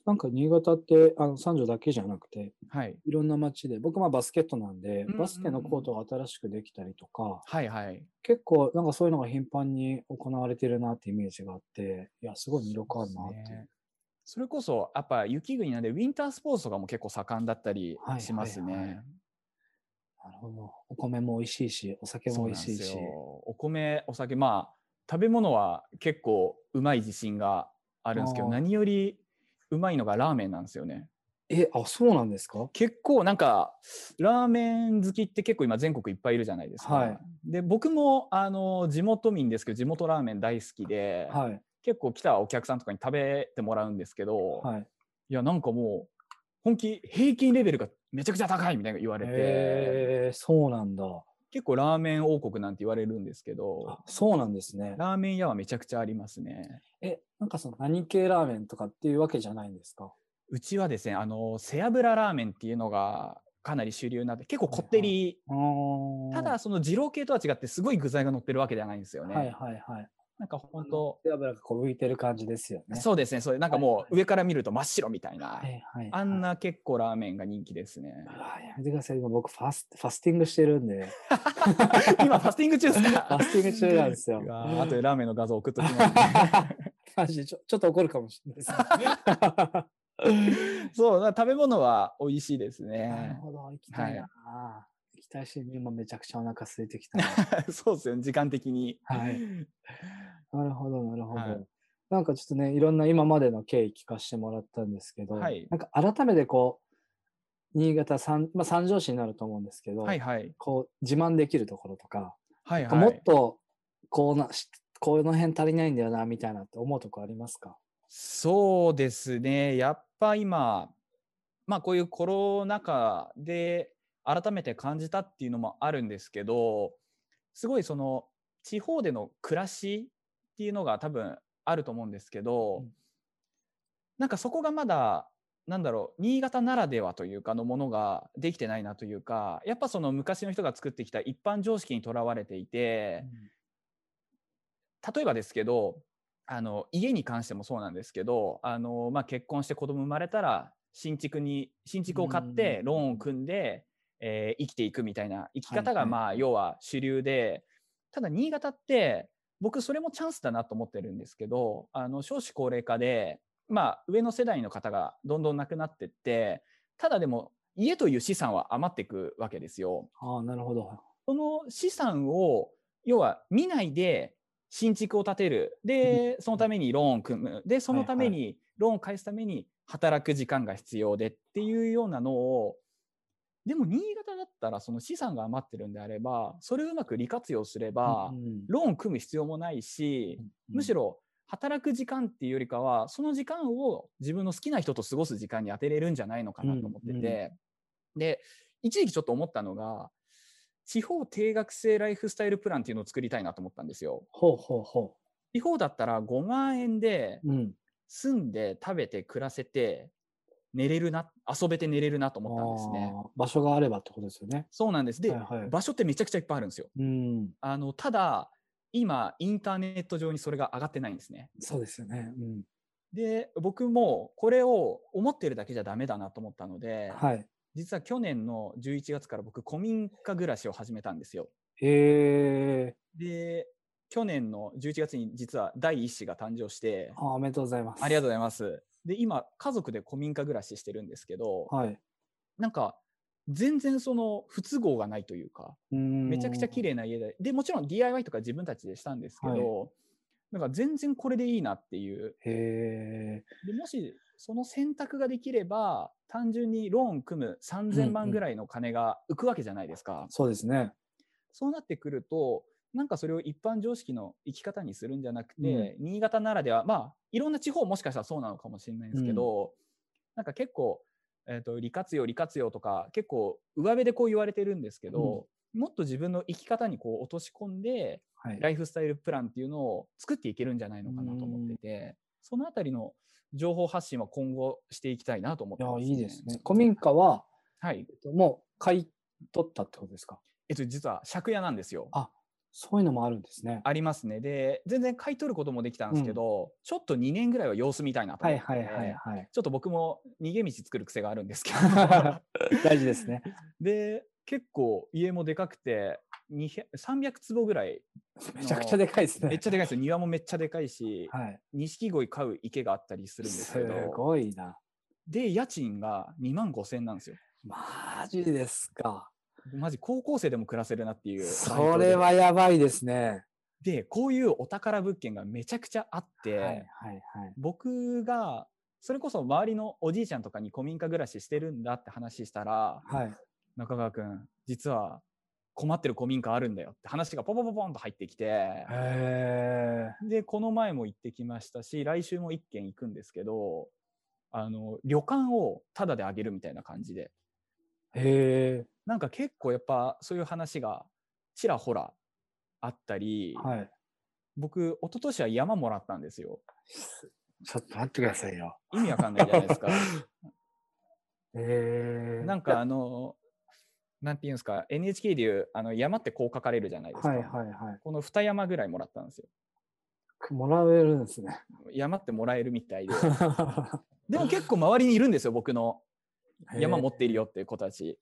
Speaker 2: なんか新潟ってあの三条だけじゃなくて
Speaker 3: はい、
Speaker 2: いろんな町で僕まあバスケットなんで
Speaker 3: んうんうん
Speaker 2: バスケのコートが新しくできたりとか
Speaker 3: はい、はい。
Speaker 2: 結構なんかそういうのが頻繁に行われてるなってイメージがあっていやすごい魅力あるなってい
Speaker 3: そうです
Speaker 2: う
Speaker 3: ね。それこそやっぱ雪国なんでウィンタースポーツとかも結構盛んだったり
Speaker 2: はい
Speaker 3: しますね。
Speaker 2: はいはいなるほどお米も美味しいしお酒
Speaker 3: そ
Speaker 2: も
Speaker 3: う
Speaker 2: 美
Speaker 3: なん
Speaker 2: 味
Speaker 3: で
Speaker 2: しい
Speaker 3: す
Speaker 2: し
Speaker 3: よ。お米、お酒、まあ食べ物は結構うまい自信があるんですけ
Speaker 2: あ
Speaker 3: ど、
Speaker 2: ー
Speaker 3: 何よりうまいのがラーメンなんですよね。
Speaker 2: えあそうなんですか
Speaker 3: 結構なんかラーメン好きって結構今全国いっぱいいるじゃないですか。
Speaker 2: はい
Speaker 3: で僕もあの地元民ですけど地元ラーメン大好きで、
Speaker 2: はい
Speaker 3: 結構来たお客さんとかに食べてもらうんですけど、
Speaker 2: はい
Speaker 3: いやなんかもう本気平均レベルがめちゃくちゃ高いみたいな言われて
Speaker 2: えー、そうなんだ
Speaker 3: 結構ラーメン王国なんて言われるんですけど
Speaker 2: あそうなんですね
Speaker 3: ラーメン屋はめちゃくちゃありますね
Speaker 2: えなんかその何系ラーメンとかっていうわけじゃないんですか
Speaker 3: うちはですねあの背脂ラーメンっていうのがかなり主流になって結構こってり、
Speaker 2: あー
Speaker 3: ただその二郎系とは違ってすごい具材が乗ってるわけではないんですよね、
Speaker 2: はいはいはい
Speaker 3: なんか本当
Speaker 2: 背脂がこう浮いてる感じですよね
Speaker 3: そうですねそれなんか
Speaker 2: はい
Speaker 3: も
Speaker 2: は
Speaker 3: う上から見ると真っ白みたいな、
Speaker 2: はいはいはい
Speaker 3: あんな結構ラーメンが人気ですね
Speaker 2: うわやめてください今僕ファスファスティングしてるんで
Speaker 3: 今ファスティング中ですか
Speaker 2: ファスティング中なんですよ
Speaker 3: うわー後でラーメンの画像送っときますね
Speaker 2: マジでちょちょっと怒るかもしれ ないです、ね
Speaker 3: そう、だから食べ物は美味しいです
Speaker 2: なる
Speaker 3: ね。
Speaker 2: ほど行きたい
Speaker 3: は
Speaker 2: な、
Speaker 3: い
Speaker 2: 行きたいし今めちゃくちゃお腹空いてきたな
Speaker 3: そうですよね、時間的に。
Speaker 2: はいなるほど、なるほど。
Speaker 3: はい
Speaker 2: なんかちょっとね、いろんな今までの経緯聞かせてもらったんですけど、
Speaker 3: はい
Speaker 2: なんか改めてこう、新潟三、まあ、三条市になると思うんですけど、
Speaker 3: はいはい。
Speaker 2: こう、自慢できるところとか、
Speaker 3: はいはい。
Speaker 2: もっと、こうな、しこの辺足りないんだよな、みたいなって思うとこありますか
Speaker 3: そうですね、やっぱ今、まあこういうコロナ禍で改めて感じたっていうのもあるんですけど、すごいその地方での暮らしっていうのが多分あると思うんですけど、
Speaker 2: うん
Speaker 3: なんかそこがまだ、なんだろう、新潟ならではというかのものができてないなというか、やっぱその昔の人が作ってきた一般常識にとらわれていて、例えばですけどあの家に関してもそうなんですけどあの、まあ、結婚して子供生まれたら新築に新築を買って
Speaker 2: うん
Speaker 3: ローンを組んで、えー生きていくみたいな生き方
Speaker 2: はいは
Speaker 3: が
Speaker 2: い
Speaker 3: まあ要は主流でただ新潟って僕それもチャンスだなと思ってるんですけどあの少子高齢化で、まあ、上の世代の方がどんどん亡くなってってただでも家という資産は余っていくわけですよ。
Speaker 2: ああ、なるほど。
Speaker 3: その資産を要は見ないで新築を建てるでそのためにローン組むでそのためにローンを返すために働く時間が必要でっていうようなのをでも新潟だったらその資産が余ってるんであればそれをうまく利活用すれば
Speaker 2: うん
Speaker 3: ローン組む必要もないしむし、ろ働く時間っていうよりかはその時間を自分の好きな人と過ごす時間に当てれるんじゃないのかなと思って
Speaker 2: うん
Speaker 3: て、で一時期ちょっと思ったのが地方定額制ライフスタイルプランっていうのを作りたいなと思ったんですよ。
Speaker 2: ほうほうほ
Speaker 3: 地方だったら5万円で
Speaker 2: う。うん。
Speaker 3: 住んで食べて暮らせて寝れるな遊べて寝れるなと思ったんですね。
Speaker 2: ああ場所があればってことですよね。
Speaker 3: そうなんですで、
Speaker 2: はいはい
Speaker 3: 場所ってめちゃくちゃいっぱいあるんですよ。
Speaker 2: うん。
Speaker 3: あのただ今インターネット上にそれが上がってないんですね。
Speaker 2: そうですよね。うん。
Speaker 3: で僕もこれを思ってるだけじゃダメだなと思ったので、
Speaker 2: はい。
Speaker 3: 実は去年の11月から僕古民家暮らしを始めたんですよ。
Speaker 2: へえ。
Speaker 3: で去年の11月に実は第一子が誕生して
Speaker 2: あーおめでとうございます。
Speaker 3: ありがとうご
Speaker 2: う
Speaker 3: ざいます。で今家族で古民家暮らししてるんですけど
Speaker 2: はい。
Speaker 3: なんか全然その不都合がないというか
Speaker 2: め
Speaker 3: めちゃくちゃ綺麗な家ででもちろん DIY とか自分たちでしたんですけど、なんか全然これでいいなっていう
Speaker 2: へえ。
Speaker 3: でもしその選択ができれば単純にローン組む
Speaker 2: うんう
Speaker 3: 3,000
Speaker 2: ん
Speaker 3: 万ぐらいの金が浮くわけじゃないですか、
Speaker 2: そうですね。
Speaker 3: そうなってくるとなんかそれを一般常識の生き方にするんじゃなくて、
Speaker 2: う
Speaker 3: 新潟ならではまあいろんな地方もしかしたらそうなのかもしれないんですけど、なんか結構、えー、と利活用利活用とか結構上辺でこう言われてるんですけど、もっと自分の生き方にこう落とし込んで
Speaker 2: はい。
Speaker 3: ライフスタイルプランっていうのを作っていけるんじゃないのかなと思ってて、そのあたりの情報発信は今後していきたいなと思っ
Speaker 2: い
Speaker 3: て
Speaker 2: や
Speaker 3: ます、、
Speaker 2: いいですね。古民家は、
Speaker 3: はい
Speaker 2: え。っともう買い取ったってことですか
Speaker 3: えっと、実は借家なんですよ。
Speaker 2: あ、そういうのもあるんですね。
Speaker 3: ありますね。で、全然買い取ることもできたんですけど、ちょっと2年ぐらいは様子見たいなと
Speaker 2: は
Speaker 3: 思
Speaker 2: い
Speaker 3: って、
Speaker 2: はいはいはい。
Speaker 3: ちょっと僕も逃げ道作る癖があるんですけど、
Speaker 2: 大事です ね。
Speaker 3: で、結構家もでかくて、200 300坪ぐらい、
Speaker 2: めちゃくちゃでかいです
Speaker 3: めっ
Speaker 2: ね。
Speaker 3: ちゃでかいですよ。庭もめっちゃでかいし、
Speaker 2: はい。
Speaker 3: 錦鯉飼う池があったりするんですけ
Speaker 2: す
Speaker 3: ど、
Speaker 2: ごいな。
Speaker 3: で、家賃が2万5千なんですよ。
Speaker 2: マジですか。
Speaker 3: マジ高校生でも暮らせるなっていう。
Speaker 2: それ。はやばいですね。
Speaker 3: で、こういうお宝物件がめちゃくちゃあっ
Speaker 2: は
Speaker 3: て、
Speaker 2: いはいはい。
Speaker 3: 僕がそれこそ周りのおじいちゃんとかに古民家暮らししてるんだって話したら
Speaker 2: はい。
Speaker 3: 中川君実は困ってる古民家あるんだよって話がポポポポンと入ってきて
Speaker 2: へ
Speaker 3: でこの前も行ってきましたし来週も1軒行くんですけどあの旅館をタダであげるみたいな感じで
Speaker 2: え。へ
Speaker 3: なんか結構やっぱそういう話がちらほらあったり、
Speaker 2: え。はい。
Speaker 3: 僕一昨年は山もらったんですよ
Speaker 2: ちょっと待ってくださいよ。
Speaker 3: 意味わかんないじゃないです か。
Speaker 2: へえ。
Speaker 3: なんかあの、なんていうんですか、NHK でいうあの山ってこう書かれるじゃないですか。
Speaker 2: はいはいは
Speaker 3: この二山ぐらいもらったんですよ。
Speaker 2: い。もらえるんですね。
Speaker 3: 山ってもらえるみた いで。でも結構周りにいるんですよ、僕の 山持っているよっていう子たち。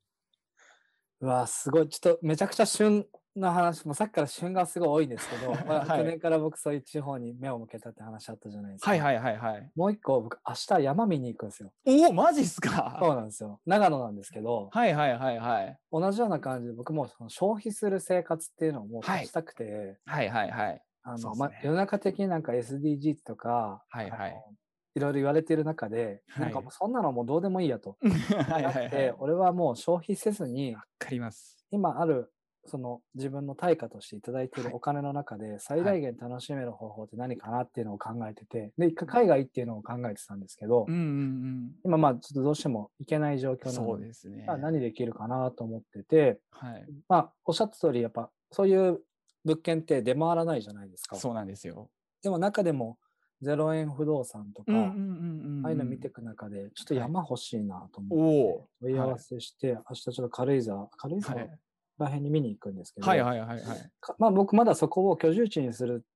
Speaker 2: うわすごいちょっとめちゃくちゃ旬な話もうさっきから旬がすごい多いんですけど、まあ
Speaker 3: はい
Speaker 2: 去年から僕そういう地方に目を向けたって話あったじゃないですか。
Speaker 3: はいはいはいはい。
Speaker 2: もう一個僕明日山見に行くんですよ。
Speaker 3: おお、マジっす
Speaker 2: そ
Speaker 3: か
Speaker 2: うなんですよ。長野なんですけど、
Speaker 3: はいはいはいはい。
Speaker 2: 同じような感じで僕もその消費する生活っていうのをもう
Speaker 3: はい
Speaker 2: したくて、
Speaker 3: はいはいはい。
Speaker 2: あ
Speaker 3: そ
Speaker 2: の
Speaker 3: うっす
Speaker 2: まあ
Speaker 3: ね
Speaker 2: 世の中的になんか SDGs とか、
Speaker 3: はいはい
Speaker 2: あのいろいろ言われてる中で、なんかもうそんなのもうどうでもいいやと。
Speaker 3: はい
Speaker 2: な
Speaker 3: は
Speaker 2: く
Speaker 3: いはい。
Speaker 2: て
Speaker 3: わ
Speaker 2: 俺はもう消費せずに
Speaker 3: かります。
Speaker 2: 今あるその自分の対価としていただいている
Speaker 3: はい
Speaker 2: お金の中で最大限楽しめる方法って何かなっていうのを考えてて、で、一回海外っていうのを考えてたんですけど、
Speaker 3: うんうん
Speaker 2: 今まあちょっとどうしても行けない状
Speaker 3: うん。
Speaker 2: 況な
Speaker 3: そ
Speaker 2: の
Speaker 3: う
Speaker 2: で、
Speaker 3: ですね。
Speaker 2: まあ何できるかなと思ってて、
Speaker 3: はい。
Speaker 2: まあおっしゃった通りやっぱそういう物件って出回らないじゃないですか。
Speaker 3: そうなんですよ。
Speaker 2: でも中でも0円不動産とか、
Speaker 3: うんうんうんうん。
Speaker 2: ああいうの見ていく中で、ちょっと
Speaker 3: はい
Speaker 2: 山欲しいなと
Speaker 3: お
Speaker 2: 思って、
Speaker 3: お
Speaker 2: 問い合わせして、明日ちょっと軽井沢、軽井
Speaker 3: ー。は
Speaker 2: 沢
Speaker 3: い
Speaker 2: ら辺に見に行くんですけど、
Speaker 3: はいはいはいはい。
Speaker 2: かまあ僕まだそこを居住地にする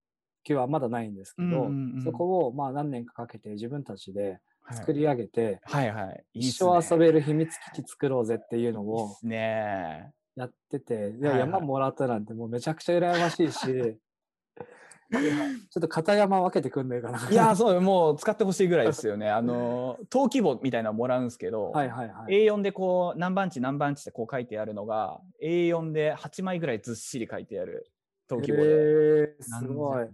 Speaker 2: 気はまだないんですけど、
Speaker 3: うんうんうん
Speaker 2: そこをまあ何年かかけて自分たちで作り上げて、
Speaker 3: はいはい。
Speaker 2: 一生遊
Speaker 3: る
Speaker 2: べる秘密基地作ろうぜっていうの
Speaker 3: いいっ
Speaker 2: を
Speaker 3: すね。
Speaker 2: やってて、い
Speaker 3: は
Speaker 2: や
Speaker 3: いはい
Speaker 2: 山もらったなんてもうめちゃくちゃ羨ましいし、 ちょっと片山分けてくんねえかな。
Speaker 3: いやー、そう、もう使ってほしいぐらいです よね。あのー、登記簿みたいなのもらうんですけど、
Speaker 2: はいはいはい。
Speaker 3: A4 でこう、何番地何番地ってこう書いてあるのが、A4 で8枚ぐらいずっしり書いてある登記簿で。
Speaker 2: えー、すごい。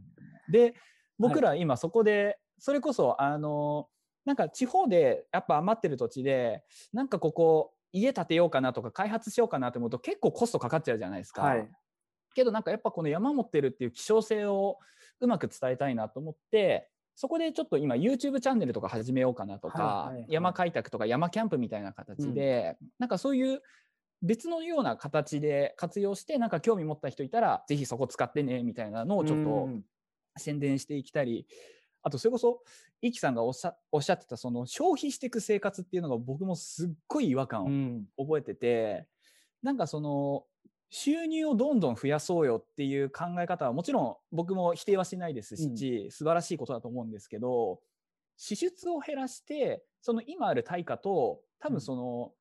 Speaker 3: で、僕ら今そこで、それこそ、あのー、なんか地方でやっぱ余ってる土地で、なんかここ、家建てようかなとか開発しようかなって思うと結構コストかかっちゃうじゃないですか。
Speaker 2: はい。
Speaker 3: けどなんかやっぱこの山持ってるっていう希少性をうまく伝えたいなと思ってそこでちょっと今 YouTube チャンネルとか始めようかなと
Speaker 2: は
Speaker 3: か、
Speaker 2: いはいはい
Speaker 3: 山開拓とか山キャンプみたいな形で、なんかそういう別のような形で活用してなんか興味持った人いたらぜひそこ使ってねみたいなのをちょっ
Speaker 2: う
Speaker 3: と
Speaker 2: ん
Speaker 3: 宣伝していきたりあとそれこそイキさんがおっしゃおっしゃってたその消費していく生活っていうのが僕もすっごい違和感を
Speaker 2: うん、
Speaker 3: 覚えててなんかその収入をどんどん増やそうよっていう考え方はもちろん僕も否定はしないですし、
Speaker 2: うん
Speaker 3: 素晴らしいことだと思うんですけど支出を減らしてその今ある対価と多
Speaker 2: うん
Speaker 3: 分その、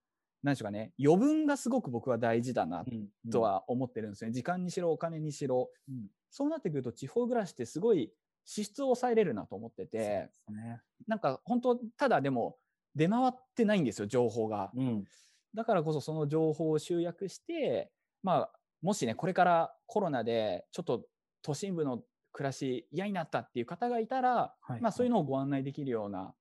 Speaker 3: 何でしょうかね余分がすごく僕は大事だな
Speaker 2: うん
Speaker 3: と、は思ってるんですよね、時間にしろお金にしろ、
Speaker 2: うん
Speaker 3: そうなってくると地方暮らしってすごい支出を抑えれるなと思って
Speaker 2: そうで
Speaker 3: て
Speaker 2: すね
Speaker 3: なんか本当ただでも出回ってないんですよ情報が。
Speaker 2: うん、
Speaker 3: だからこそその情報を集約して、まあ、もしね、これからコロナでちょっと都心部の暮らし嫌になったっていう方がいたら、
Speaker 2: はい
Speaker 3: まあ、そういうのをご案内できるような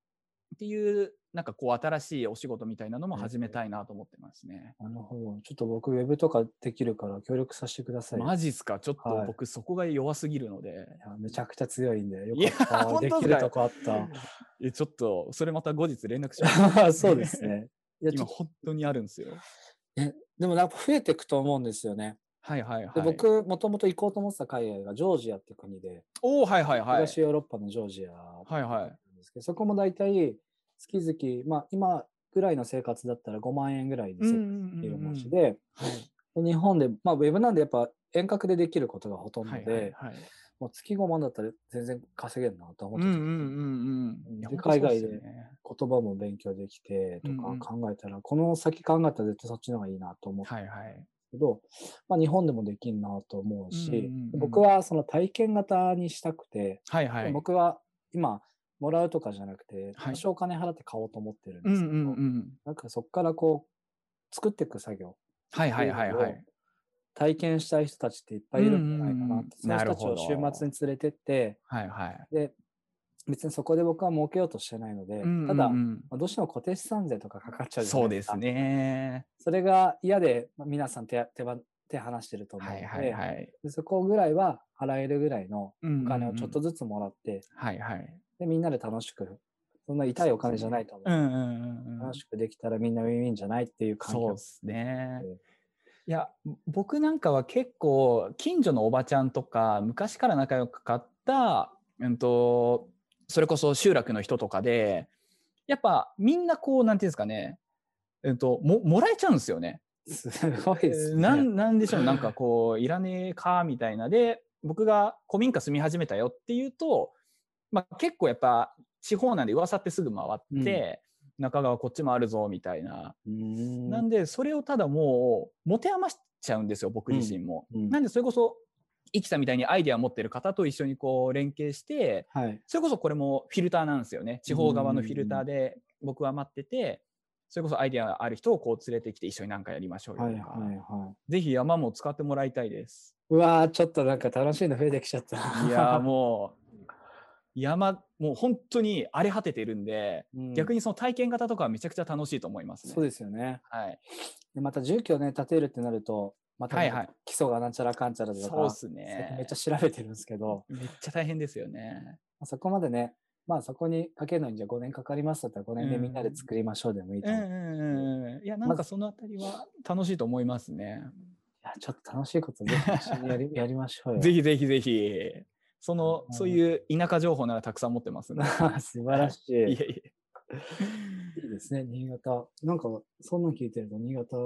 Speaker 3: っていう、なんかこう、新しいお仕事みたいなのも始めたいなと思ってますね。
Speaker 2: なるほど。ちょっと僕、ウェブとかできるから協力させてください。
Speaker 3: マジっすか、ちょっ
Speaker 2: は
Speaker 3: と
Speaker 2: い
Speaker 3: 僕、そこが弱すぎるので、
Speaker 2: いやめちゃくちゃ強いんで、よ
Speaker 3: いや
Speaker 2: かった。
Speaker 3: 本
Speaker 2: で
Speaker 3: 当っ
Speaker 2: き
Speaker 3: すか
Speaker 2: るとこあった。
Speaker 3: えちょっと、それまた後日連絡します。
Speaker 2: あー そうですね。いやちょ
Speaker 3: 今、
Speaker 2: っと
Speaker 3: 本当にあるんですよ。
Speaker 2: でもなんか増えていくと思うんですよね。
Speaker 3: はいはいはい。
Speaker 2: で、僕、もともと行こうと思ってた海外がジョージアって国で、
Speaker 3: おーはいはいはい。
Speaker 2: 東ヨーロッパのジョージア
Speaker 3: はいはい
Speaker 2: なんですけど、そこも大体月々、まあ今ぐらいの生活だったら5万円ぐらいで
Speaker 3: うん
Speaker 2: 生活で
Speaker 3: うんうん
Speaker 2: きる
Speaker 3: うん
Speaker 2: 話で、で日本で、まあ、ウェブなんでやっぱ遠隔でできることがほとんど
Speaker 3: は
Speaker 2: で、
Speaker 3: いはいはい。
Speaker 2: もう月5万だったら全然稼げるなと思
Speaker 3: う
Speaker 2: っ
Speaker 3: ん
Speaker 2: て
Speaker 3: う
Speaker 2: た、
Speaker 3: んうんうん。いや
Speaker 2: で
Speaker 3: 本当そうすよ
Speaker 2: 海外
Speaker 3: ね
Speaker 2: で言葉も勉強できてと
Speaker 3: うんうん
Speaker 2: か考えたら、この先考えたら絶対そっちの方がいいなと思ったんで
Speaker 3: はいはい。
Speaker 2: すけど、まあ、日本でもできるなと思うし、
Speaker 3: うんうんうん
Speaker 2: 僕はその体験型にしたくて、
Speaker 3: はいはい。
Speaker 2: 僕は今もらうとかじゃなくて
Speaker 3: は
Speaker 2: 多
Speaker 3: い
Speaker 2: 少お金払って買おうと思ってるんで
Speaker 3: うんう
Speaker 2: す
Speaker 3: ん
Speaker 2: けど、
Speaker 3: うん。
Speaker 2: なんかそこからこう作っていく作業
Speaker 3: はいはいはいは
Speaker 2: って
Speaker 3: い。
Speaker 2: 体験したい人たちっていっぱいいるんじゃないかなって、
Speaker 3: うんうんうんなる
Speaker 2: そ
Speaker 3: ほ
Speaker 2: の
Speaker 3: ど
Speaker 2: 人たちを週末に連れてって
Speaker 3: はいはい。
Speaker 2: で別にそこで僕は儲けようとしてないので、
Speaker 3: うんうんうん
Speaker 2: ただ、まあ、どうしても固定資産税とかかかっちゃうじゃ
Speaker 3: そ
Speaker 2: な
Speaker 3: う
Speaker 2: い
Speaker 3: で
Speaker 2: ですか
Speaker 3: すね。
Speaker 2: それが嫌で、まあ皆さん手手ば手離してると思う
Speaker 3: は
Speaker 2: の
Speaker 3: い
Speaker 2: で,、
Speaker 3: はいはい。
Speaker 2: でそこぐらいは払えるぐらいの
Speaker 3: お
Speaker 2: お金をちょっと
Speaker 3: ず
Speaker 2: ずつもらって、
Speaker 3: つ。はいはい。
Speaker 2: でみんなで楽しくそんな痛いお金じゃないと思う
Speaker 3: うんうんうんうん
Speaker 2: 楽。しくできたらみんなウィンウィンじゃないっていう感
Speaker 3: そう
Speaker 2: 覚
Speaker 3: ですね
Speaker 2: ええ。
Speaker 3: いや僕なんかは結構近所のおばちゃんとか昔から仲良く買った、うん、とそれこそ集落の人とかでやっぱみんなこうなんていうんですかね、うん、とももらえちゃうんですよね。
Speaker 2: すごいですね。
Speaker 3: なんなんでしょうなんかこういらねえかみたいなで僕が古民家住み始めたよっていうと、まあ、結構やっぱ地方なんで噂ってすぐ回って、中川こっちもあるぞみたいな
Speaker 2: うーん
Speaker 3: なんでそれをただもう持て余しちゃうんですよ僕自身も。
Speaker 2: うんうん
Speaker 3: なんでそれこそイキさんみたいにアイデア持ってる方と一緒にこう連携して
Speaker 2: はい。
Speaker 3: それこそこれもフィルターなんですよね地方側のフィルターで僕は待っててそれこそアイデアある人をこう連れてきて一緒に何かやりましょうよ
Speaker 2: は
Speaker 3: と
Speaker 2: いはい
Speaker 3: か、
Speaker 2: はい。
Speaker 3: ぜひ山も使ってもらいた いです。
Speaker 2: うわー、ちょっとなんか楽しいの増えてきちゃった。
Speaker 3: いやーもう山もう本当に荒れ果ててるんで、
Speaker 2: うん
Speaker 3: 逆にその体験型とかはめちゃくちゃ楽しいと思いますね。
Speaker 2: そうですよね。
Speaker 3: はい、
Speaker 2: でまた住居をね、建てるってなると、また
Speaker 3: は
Speaker 2: ないんか
Speaker 3: はい
Speaker 2: 基礎がなんちゃらかんちゃらとか、
Speaker 3: そうです
Speaker 2: 最近
Speaker 3: ね
Speaker 2: めっちゃ調べてるんですけど、
Speaker 3: めっちゃ大変ですよね。
Speaker 2: まあそこまでね、まあそこにかけるのにじゃあ5年かかりますだったら5年でみんなで作りましょうでもいいと
Speaker 3: う
Speaker 2: 思
Speaker 3: ん
Speaker 2: う。い
Speaker 3: うんうんうん。いや、なんかそのあたりは楽しいと思いますね。
Speaker 2: や、ちょっと楽しいことぜひ一緒にやりやりましょうよ。
Speaker 3: ぜひぜひぜひ。その、
Speaker 2: うん
Speaker 3: そういう田舎情報ならたくさん持ってますね。
Speaker 2: 素晴らしい。
Speaker 3: いえいえ。
Speaker 2: いいですね、新潟。なんか、そんなん聞いてると、新潟、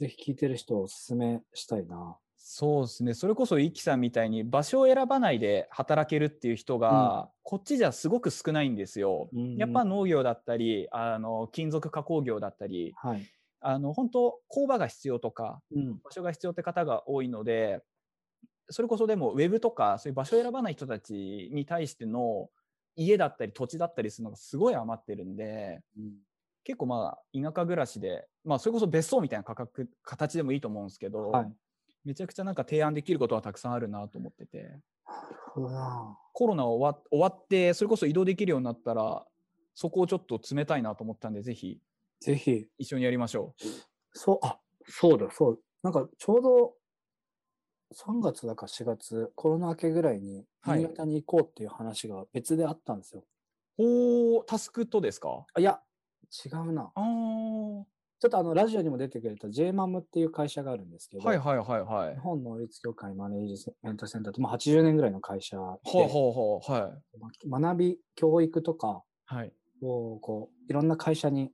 Speaker 2: ぜひ聞いてる人をおすすめしたいな。
Speaker 3: そうですね。それこそ、イキさんみたいに場所を選ばないで働けるっていう人が、こっちじゃすごく少ないんですよ。
Speaker 2: うん
Speaker 3: やっぱ農業だったり、あの、金属加工業だったり、
Speaker 2: はい。
Speaker 3: あの、本当工場が必要とか、
Speaker 2: うん。
Speaker 3: 場所が必要って方が多いのでそれこそでもウェブとかそういう場所を選ばない人たちに対しての家だったり土地だったりするのがすごい余ってるんで
Speaker 2: うん
Speaker 3: 結構まあ田舎暮らしで、まあ、それこそ別荘みたいな価格形でもいいと思うんですけど、
Speaker 2: はい。なる
Speaker 3: めちゃくちゃなんか提案できることはたくさんあるなと思ってて
Speaker 2: ほどな。
Speaker 3: コロナ終わ終わってそれこそ移動できるようになったらそこをちょっと冷たいなと思ったんでぜひ
Speaker 2: ぜひ、
Speaker 3: 一緒にやりましょう。
Speaker 2: そう、あ、そうだ、そう。なんか、ちょうど、3月だか4月、コロナ明けぐらいに、
Speaker 3: はい
Speaker 2: 新潟に行こうっていう話が別であったんですよ。
Speaker 3: ほうタスクとですか
Speaker 2: あいや、違うな。
Speaker 3: あー
Speaker 2: ちょっとあの、ラジオにも出てくれた JMAM っていう会社があるんですけど、
Speaker 3: はいはいはいはい
Speaker 2: 日。本能率協会マネージメントセンターって、まあ、80年ぐらいの会社で、
Speaker 3: ほうほうほうはい。
Speaker 2: ま学び、教育とか
Speaker 3: はい。
Speaker 2: をこういろんな会社に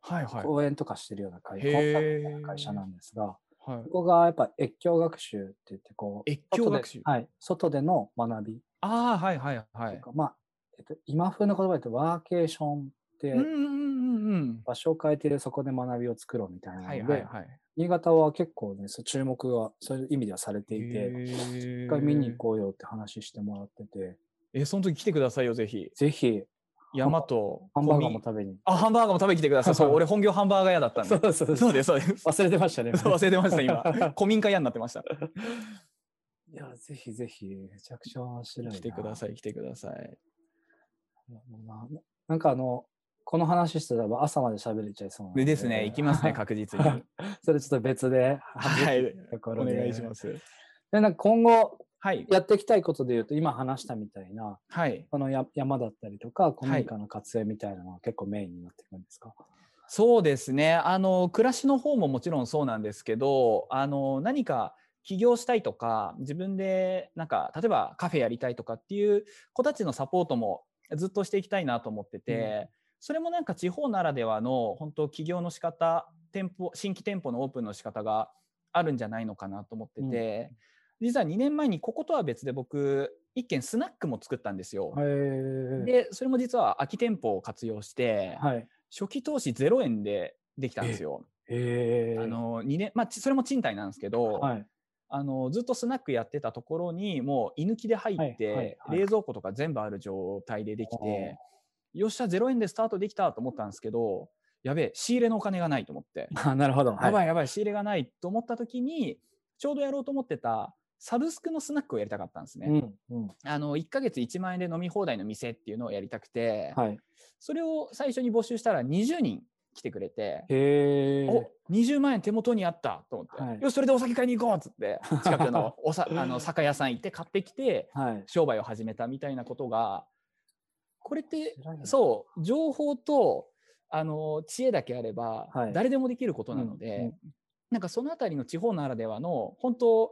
Speaker 3: はいはい。
Speaker 2: 講演とかしてるような会,、
Speaker 3: へ
Speaker 2: コ
Speaker 3: ー
Speaker 2: ンサルみたいな会社なんですが、
Speaker 3: はい
Speaker 2: こ、こがやっぱ越境学習って言ってこう、
Speaker 3: 越境学習
Speaker 2: 外ではい、外での学び
Speaker 3: ああ、はいはいはい
Speaker 2: と。か、まあえっと、今風の言葉で言うとワーケーションって
Speaker 3: うんうんうん
Speaker 2: 場所を変えてそこで学びを作ろうみたいな
Speaker 3: うん。
Speaker 2: ので、
Speaker 3: はいはいはい。
Speaker 2: 新潟は結構ね、そう注目がそういう意味ではされていて、
Speaker 3: 一
Speaker 2: 一回見に行こうよって話してもらってて、
Speaker 3: う。え、その時来てくださいよ、ぜひ。
Speaker 2: ぜひ
Speaker 3: 山と。
Speaker 2: ハンバーガーも
Speaker 3: コンビ
Speaker 2: 食べに。
Speaker 3: あ、ハンバーガーも食べに来てく ださい。そう、俺本業ハンバーガー屋だったんで。
Speaker 2: うそ
Speaker 3: そうです、そうです。
Speaker 2: 忘れてましたね。
Speaker 3: そう忘れてました、今。古民家屋になってました。
Speaker 2: いや、ぜひぜひ、めちゃくちゃ面白いな。
Speaker 3: 来てください、来てください。
Speaker 2: ななんかあの、この話してたら朝まで喋れちゃいそうなの
Speaker 3: でですね、行きますね、。確実 に。
Speaker 2: はいそれちょっと別で。
Speaker 3: はい。
Speaker 2: とこ
Speaker 3: お
Speaker 2: ろで
Speaker 3: 願いします。
Speaker 2: で、なんか今後
Speaker 3: はい。
Speaker 2: やっていきたいことで言うと、今話したみたいな、
Speaker 3: はい。
Speaker 2: このや山だったりとか、古民家の活用みたいなのは結構メインになってくるんですか、
Speaker 3: そうですねあの暮らしの方ももちろんそうなんですけどあの何か起業したいとか自分でなんか例えばカフェやりたいとかっていう子たちのサポートもずっとしていきたいなと思ってて、それもなんか地方ならではの本当起業の仕方店舗新規店舗のオープンの仕方があるんじゃないのかなと思ってて、実は2年前にこことは別で僕一軒スナックも作ったんですよ。
Speaker 2: へー
Speaker 3: でそれも実は空き店舗を活用して、
Speaker 2: はい。
Speaker 3: 初期投資0円でできたんですよ。
Speaker 2: へー
Speaker 3: あの2年まあ、ちそれも賃貸なんですけど、
Speaker 2: はい。
Speaker 3: あのずっとスナックやってたところにもう居抜きで入って、
Speaker 2: はいはいはい
Speaker 3: 冷蔵庫とか全部ある状態ででき
Speaker 2: おー
Speaker 3: てよっしゃ0円でスタートできたと思ったんですけどやべえ仕入れのお金がないと思って、
Speaker 2: あなるほど。
Speaker 3: やば
Speaker 2: い。
Speaker 3: いやばい仕入れがないと思った時にちょうどやろうと思ってたサブスクのスナックをやりたかったんですね、
Speaker 2: うん。うん。
Speaker 3: あの1ヶ月1万円で飲み放題の店っていうのをやりたくて、
Speaker 2: はい。
Speaker 3: それを最初に募集したら20人来てくれて。
Speaker 2: へー
Speaker 3: お20万円手元にあったと思って、
Speaker 2: はい
Speaker 3: よしそれでお酒買いに行こうっ つって近くのおさあの酒屋さん行って買ってきて
Speaker 2: はい。
Speaker 3: 商売を始めたみたいなことがこれってそう情報とあの知恵だけあれば
Speaker 2: はい
Speaker 3: 誰でもできることなので、
Speaker 2: うんうん
Speaker 3: なんかそのあたりの地方ならではの本当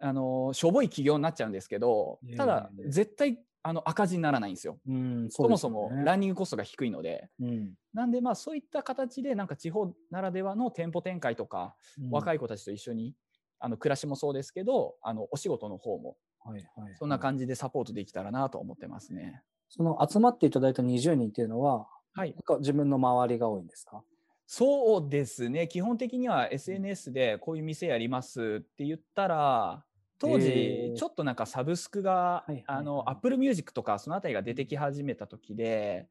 Speaker 3: あのしょぼい企業になっちゃうんですけど
Speaker 2: いやいやいや
Speaker 3: ただ絶対あの赤字にならないんですよ。
Speaker 2: うん。
Speaker 3: そもそもラ
Speaker 2: ン。
Speaker 3: ンニングコストが低いので。
Speaker 2: うん。
Speaker 3: なんでまあそういった形でなんか地方ならではの店舗展開とか、若
Speaker 2: い。
Speaker 3: い子たちと一緒にあの暮らしもそうですけどあのお仕事の方も
Speaker 2: はい。はい。
Speaker 3: そんな感じでサポートできたらなと思ってますね。
Speaker 2: その集まっていただいた20人っていうのは、
Speaker 3: はい
Speaker 2: なん、か自分の周りが多いんですか
Speaker 3: そうですね基本的には SNS でこういう店やりますって言ったら当
Speaker 2: へ
Speaker 3: 時
Speaker 2: ー
Speaker 3: ちょっとなんかサブスクが
Speaker 2: はいはいはい
Speaker 3: あの Apple Music とかそのあたりが出てき始めた時で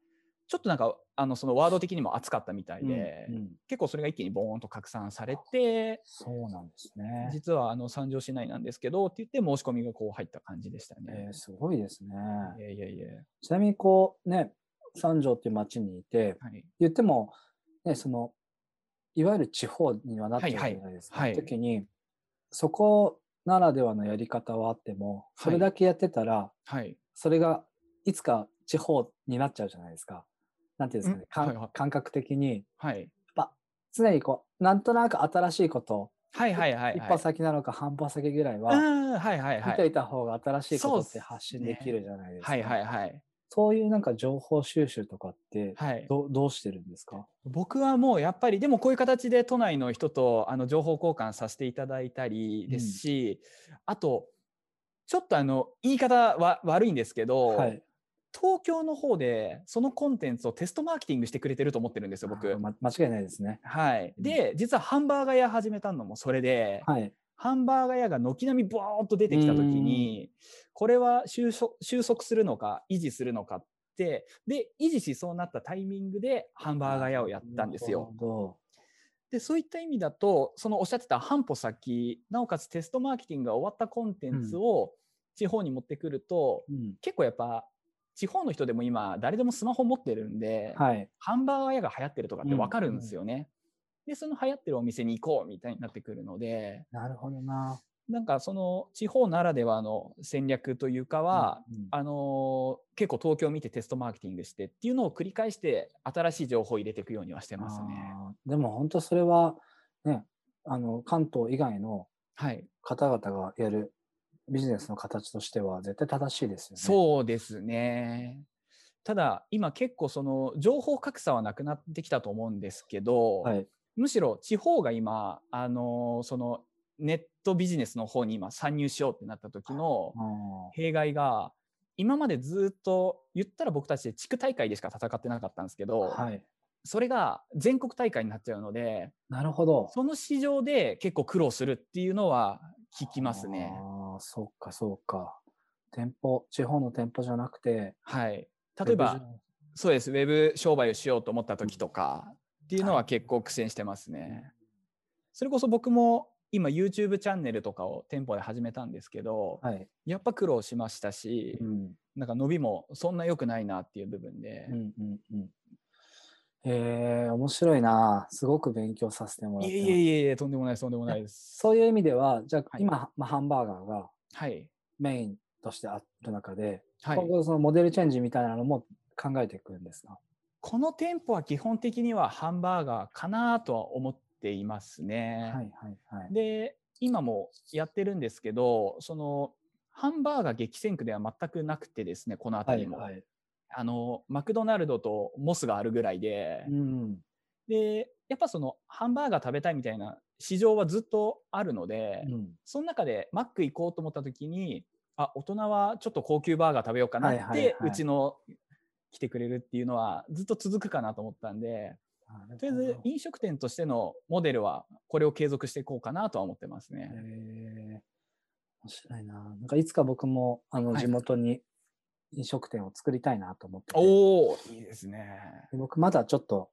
Speaker 3: ちょっとなんかあのそのワード的にも熱かったみたいで、
Speaker 2: うんうん
Speaker 3: 結構それが一気にボーンと拡散されて
Speaker 2: そうなんですね。
Speaker 3: 実はあの三条市内なんですけどって言って申し込みがこう入った感じでした
Speaker 2: え
Speaker 3: ね
Speaker 2: ー。すごいですね。
Speaker 3: いやいやいや。
Speaker 2: ちなみにこうね、三条っていう町にいて、
Speaker 3: はい。
Speaker 2: 言っても、ね、その、いわゆる地方にはなってるじゃないですか。
Speaker 3: はいはいはい
Speaker 2: 時に、そこならではのやり方はあっても、それだけやってたら、
Speaker 3: はい。
Speaker 2: それがいつか地方になっちゃうじゃないですか。なんていうんですかね、
Speaker 3: うん
Speaker 2: かん
Speaker 3: はいはい
Speaker 2: 感覚的に、
Speaker 3: はい。
Speaker 2: 常にこう、なんとなく新しいこと、
Speaker 3: はいはいはい。
Speaker 2: 一歩先なのか半歩先ぐらいは、
Speaker 3: うん。はいはいは
Speaker 2: 見と
Speaker 3: い。
Speaker 2: いた方が新しいことっ
Speaker 3: そう
Speaker 2: て
Speaker 3: っす
Speaker 2: 発信できるじゃないですか。
Speaker 3: はいはいはい。
Speaker 2: そういうなんか情報収集とかって
Speaker 3: はい。
Speaker 2: ど、どうしてるんですか
Speaker 3: 僕はもうやっぱりでもこういう形で都内の人とあの情報交換させていただいたりですし、あとちょっとあの言い方は悪いんですけど、
Speaker 2: はい。
Speaker 3: 東京の方でそのコンテンツをテストマーケティングしてくれてると思ってるんですよ
Speaker 2: あ
Speaker 3: 僕
Speaker 2: ー。ま間違いないですね。
Speaker 3: はい、で実はハンバーガー屋始めたのもそれで、
Speaker 2: はい。
Speaker 3: ハンバーガー屋が軒並みボーっと出てきた時にこれは収束収束するのか維持するのかってで維持しそうなったタイミングでハンバーガー屋をやったんです
Speaker 2: なる
Speaker 3: よ。
Speaker 2: ほど。
Speaker 3: でそういった意味だとそのおっしゃってた半歩先なおかつテストマーケティングが終わったコンテンツを地方に持ってくると、
Speaker 2: うん。
Speaker 3: 結構やっぱ地方の人でも今誰でもスマホ持ってるんで、
Speaker 2: はい。
Speaker 3: ハンバーガー屋が流行ってるとかって分かるんですよね。でその流行ってるお店に行こうみたいになってくるので。
Speaker 2: なるほどな。
Speaker 3: なんかその地方ならではの戦略というかは、
Speaker 2: うん
Speaker 3: あのー結構東京を見てテストマーケティングしてっていうのを繰り返して新しい情報を入れていくようにはしてますね。
Speaker 2: あーでも本当それは、ね、あの、関東以外の
Speaker 3: はい、
Speaker 2: 方々がやるビジネスの形としては絶対正しいですよね。
Speaker 3: そうですね。ただ今結構その情報格差はなくなってきたと思うんですけど、
Speaker 2: はい。
Speaker 3: むしろ地方が今あのーそのネットビジネスの方に今参入しようってなった時の
Speaker 2: あー
Speaker 3: 弊害が今までずっと言ったら僕たち地区大会でしか戦ってなかったんですけど、
Speaker 2: はい。
Speaker 3: それが全国大会になっちゃうので
Speaker 2: なるほど。
Speaker 3: その市場で結構苦労するっていうのは聞きますね。
Speaker 2: ああ、そうか、そうか。店舗、地方の店舗じゃなくて、
Speaker 3: はい、例えばそうですウェブ商売をしようと思った時とかっていうのは結構苦戦してますね。それこそ僕も今 YouTube チャンネルとかを店舗で始めたんですけど
Speaker 2: はい。
Speaker 3: やっぱ苦労しましたし
Speaker 2: うん。
Speaker 3: なんか伸びもそんな良くないなっていう部分で
Speaker 2: うんうんうん。えー、面白いな。すごく勉強させてもらっ
Speaker 3: い
Speaker 2: て
Speaker 3: え
Speaker 2: ます。
Speaker 3: いえいえいえとんでもないですとんでもないです。
Speaker 2: そういう意味では、じゃあ、
Speaker 3: はい
Speaker 2: 今、まあ、ハンバーガーが
Speaker 3: はい、
Speaker 2: メインとしてある中で、
Speaker 3: はい
Speaker 2: 今後そのモデルチェンジみたいなのも考えていくんですか
Speaker 3: この店舗は基本的にはハンバーガーかなとは思っていますね。
Speaker 2: はいはいはい。
Speaker 3: で今もやってるんですけどそのハンバーガー激戦区では全くなくてですねこの
Speaker 2: は
Speaker 3: 辺り
Speaker 2: い
Speaker 3: も、
Speaker 2: はい。
Speaker 3: あのマクドナルドとモスがあるぐらいで、
Speaker 2: うん。
Speaker 3: でやっぱそのハンバーガー食べたいみたいな市場はずっとあるので、
Speaker 2: うん
Speaker 3: その中でマック行こうと思った時にあ大人はちょっと高級バーガー食べようかなって、
Speaker 2: はいはいはいう
Speaker 3: ちの来てくれるっていうのはずっと続くかなと思ったんでとりあえず飲食店としてのモデルはこれを継続していこうかなとは思ってますね。
Speaker 2: えー、面白いな。なんかいつか僕もあの
Speaker 3: はい
Speaker 2: 地元に飲食店を作りたいなと思ってて、
Speaker 3: おおいいですね。
Speaker 2: で僕まだちょっと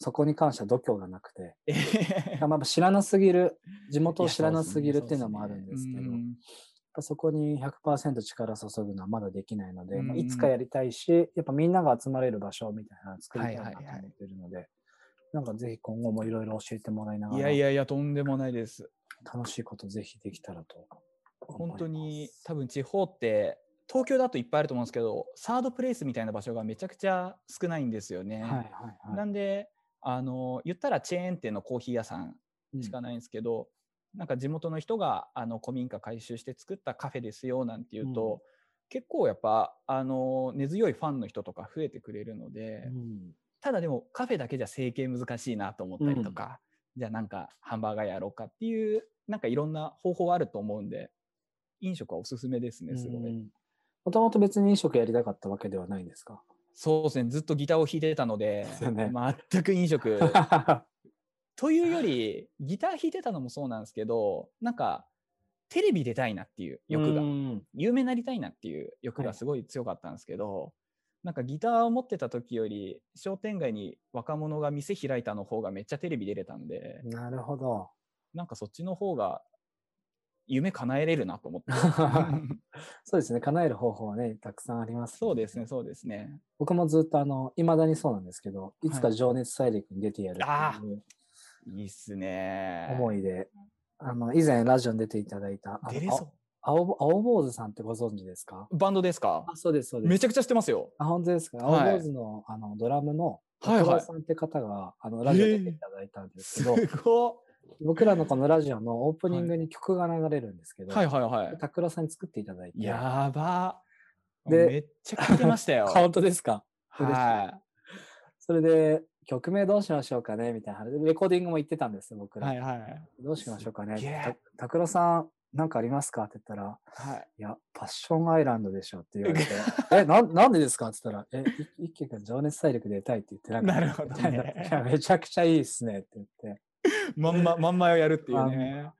Speaker 2: そこに関しては度胸がなく て、
Speaker 3: え
Speaker 2: まあやっぱ知らなすぎる、地 元を知らなすぎるっていうのもあるんですけど、やっぱそこに100%力注ぐのはまだできないので、まあ
Speaker 3: うん
Speaker 2: いつかやりたいし、やっぱみんなが集まれる場所みたいなのを作りたいな
Speaker 3: はい
Speaker 2: と
Speaker 3: はい
Speaker 2: 思
Speaker 3: はい
Speaker 2: ってるので、なんかぜひ今後もいろいろ教えてもらいなが
Speaker 3: い
Speaker 2: ら
Speaker 3: やい、やいやとんでもないです。
Speaker 2: 楽しいことぜひできたらと思い
Speaker 3: 本
Speaker 2: ます。
Speaker 3: 当に多分地方って東京だといっぱいあると思うんですけどサードプレイスみたいな場所がめちゃくちゃ少ないんですよね。
Speaker 2: はいはいは。
Speaker 3: ないんであの言ったらチェーン店のコーヒー屋さんしかないんですけど、なんか地元の人があの古民家改修して作ったカフェですよなんていうと、
Speaker 2: うん
Speaker 3: 結構やっぱあの根強いファンの人とか増えてくれるので、
Speaker 2: うん
Speaker 3: ただでもカフェだけじゃ整形難しいなと思ったりとか、じゃあなんかハンバーガーやろうかっていうなんかいろんな方法はあると思うんで飲食はおすすめですねすごい、
Speaker 2: もともと別に飲食やりたかったわけではないんですか
Speaker 3: そうですねずっとギターを弾いてたので
Speaker 2: ですよね
Speaker 3: 全く飲 食
Speaker 2: は
Speaker 3: というよりギター弾いてたのもそうなんですけどなんかテレビ出たいなっていう 欲が有名になりたいなっていう欲
Speaker 2: は
Speaker 3: が
Speaker 2: い
Speaker 3: すごい強かったんですけど、なんかギターを持ってた時より商店街に若者が店開いたの方がめっちゃテレビ出れたんで
Speaker 2: なるほど。
Speaker 3: なんかそっちの方が夢叶えれるなと思 って。
Speaker 2: そうですね。叶える方法はね、たくさんあります、
Speaker 3: そうですね、。そうですね。
Speaker 2: 僕もずっとあの、いまだにそうなんですけど、いつか
Speaker 3: はい
Speaker 2: 情熱大陸に出てやる
Speaker 3: あ
Speaker 2: っ
Speaker 3: ー
Speaker 2: ていう
Speaker 3: いいっすね。
Speaker 2: 思いで、あの、以前ラジオに出ていただいた、あ
Speaker 3: 出れ
Speaker 2: の
Speaker 3: そ
Speaker 2: あ青ぼ青坊主さんってご存知ですか
Speaker 3: う。バンドですか
Speaker 2: あ、そうです、そうです。
Speaker 3: めちゃくちゃ知ってますよ。
Speaker 2: あ、本当ですか。
Speaker 3: はい
Speaker 2: 青坊主の、あの、ドラムの、
Speaker 3: はいはい
Speaker 2: 拓郎さんって方が、あの、ラジオに出ていただいたんです
Speaker 3: す
Speaker 2: けど、
Speaker 3: ご
Speaker 2: 僕らのこのラジオのオープニングに曲が流れるんですけ
Speaker 3: い。
Speaker 2: ど、
Speaker 3: はいはいはい。
Speaker 2: 拓郎さんに作っていただいて。
Speaker 3: やば。
Speaker 2: で
Speaker 3: めっちゃ聞いてましたよ。
Speaker 2: 本当ですか嬉しい
Speaker 3: は
Speaker 2: それで、曲名どうしましょうかねみたいな話でレコーディングも言ってたんですよ、僕
Speaker 3: い。
Speaker 2: ら。
Speaker 3: はいはい。
Speaker 2: どうしましょうかね
Speaker 3: すっげえ
Speaker 2: た拓郎さん、なんかありますかって言ったら、
Speaker 3: はい。
Speaker 2: いや、パッションアイランドでしょって言 われて、え、なんなんでですかって言ったら、え、い一輝くん情熱大陸出たいって言ってな
Speaker 3: なる
Speaker 2: か
Speaker 3: ほ
Speaker 2: っ
Speaker 3: ど
Speaker 2: た
Speaker 3: ね
Speaker 2: みたいないやめちゃくちゃいいっすねって言って。
Speaker 3: まんま、まんまをやるっていうね。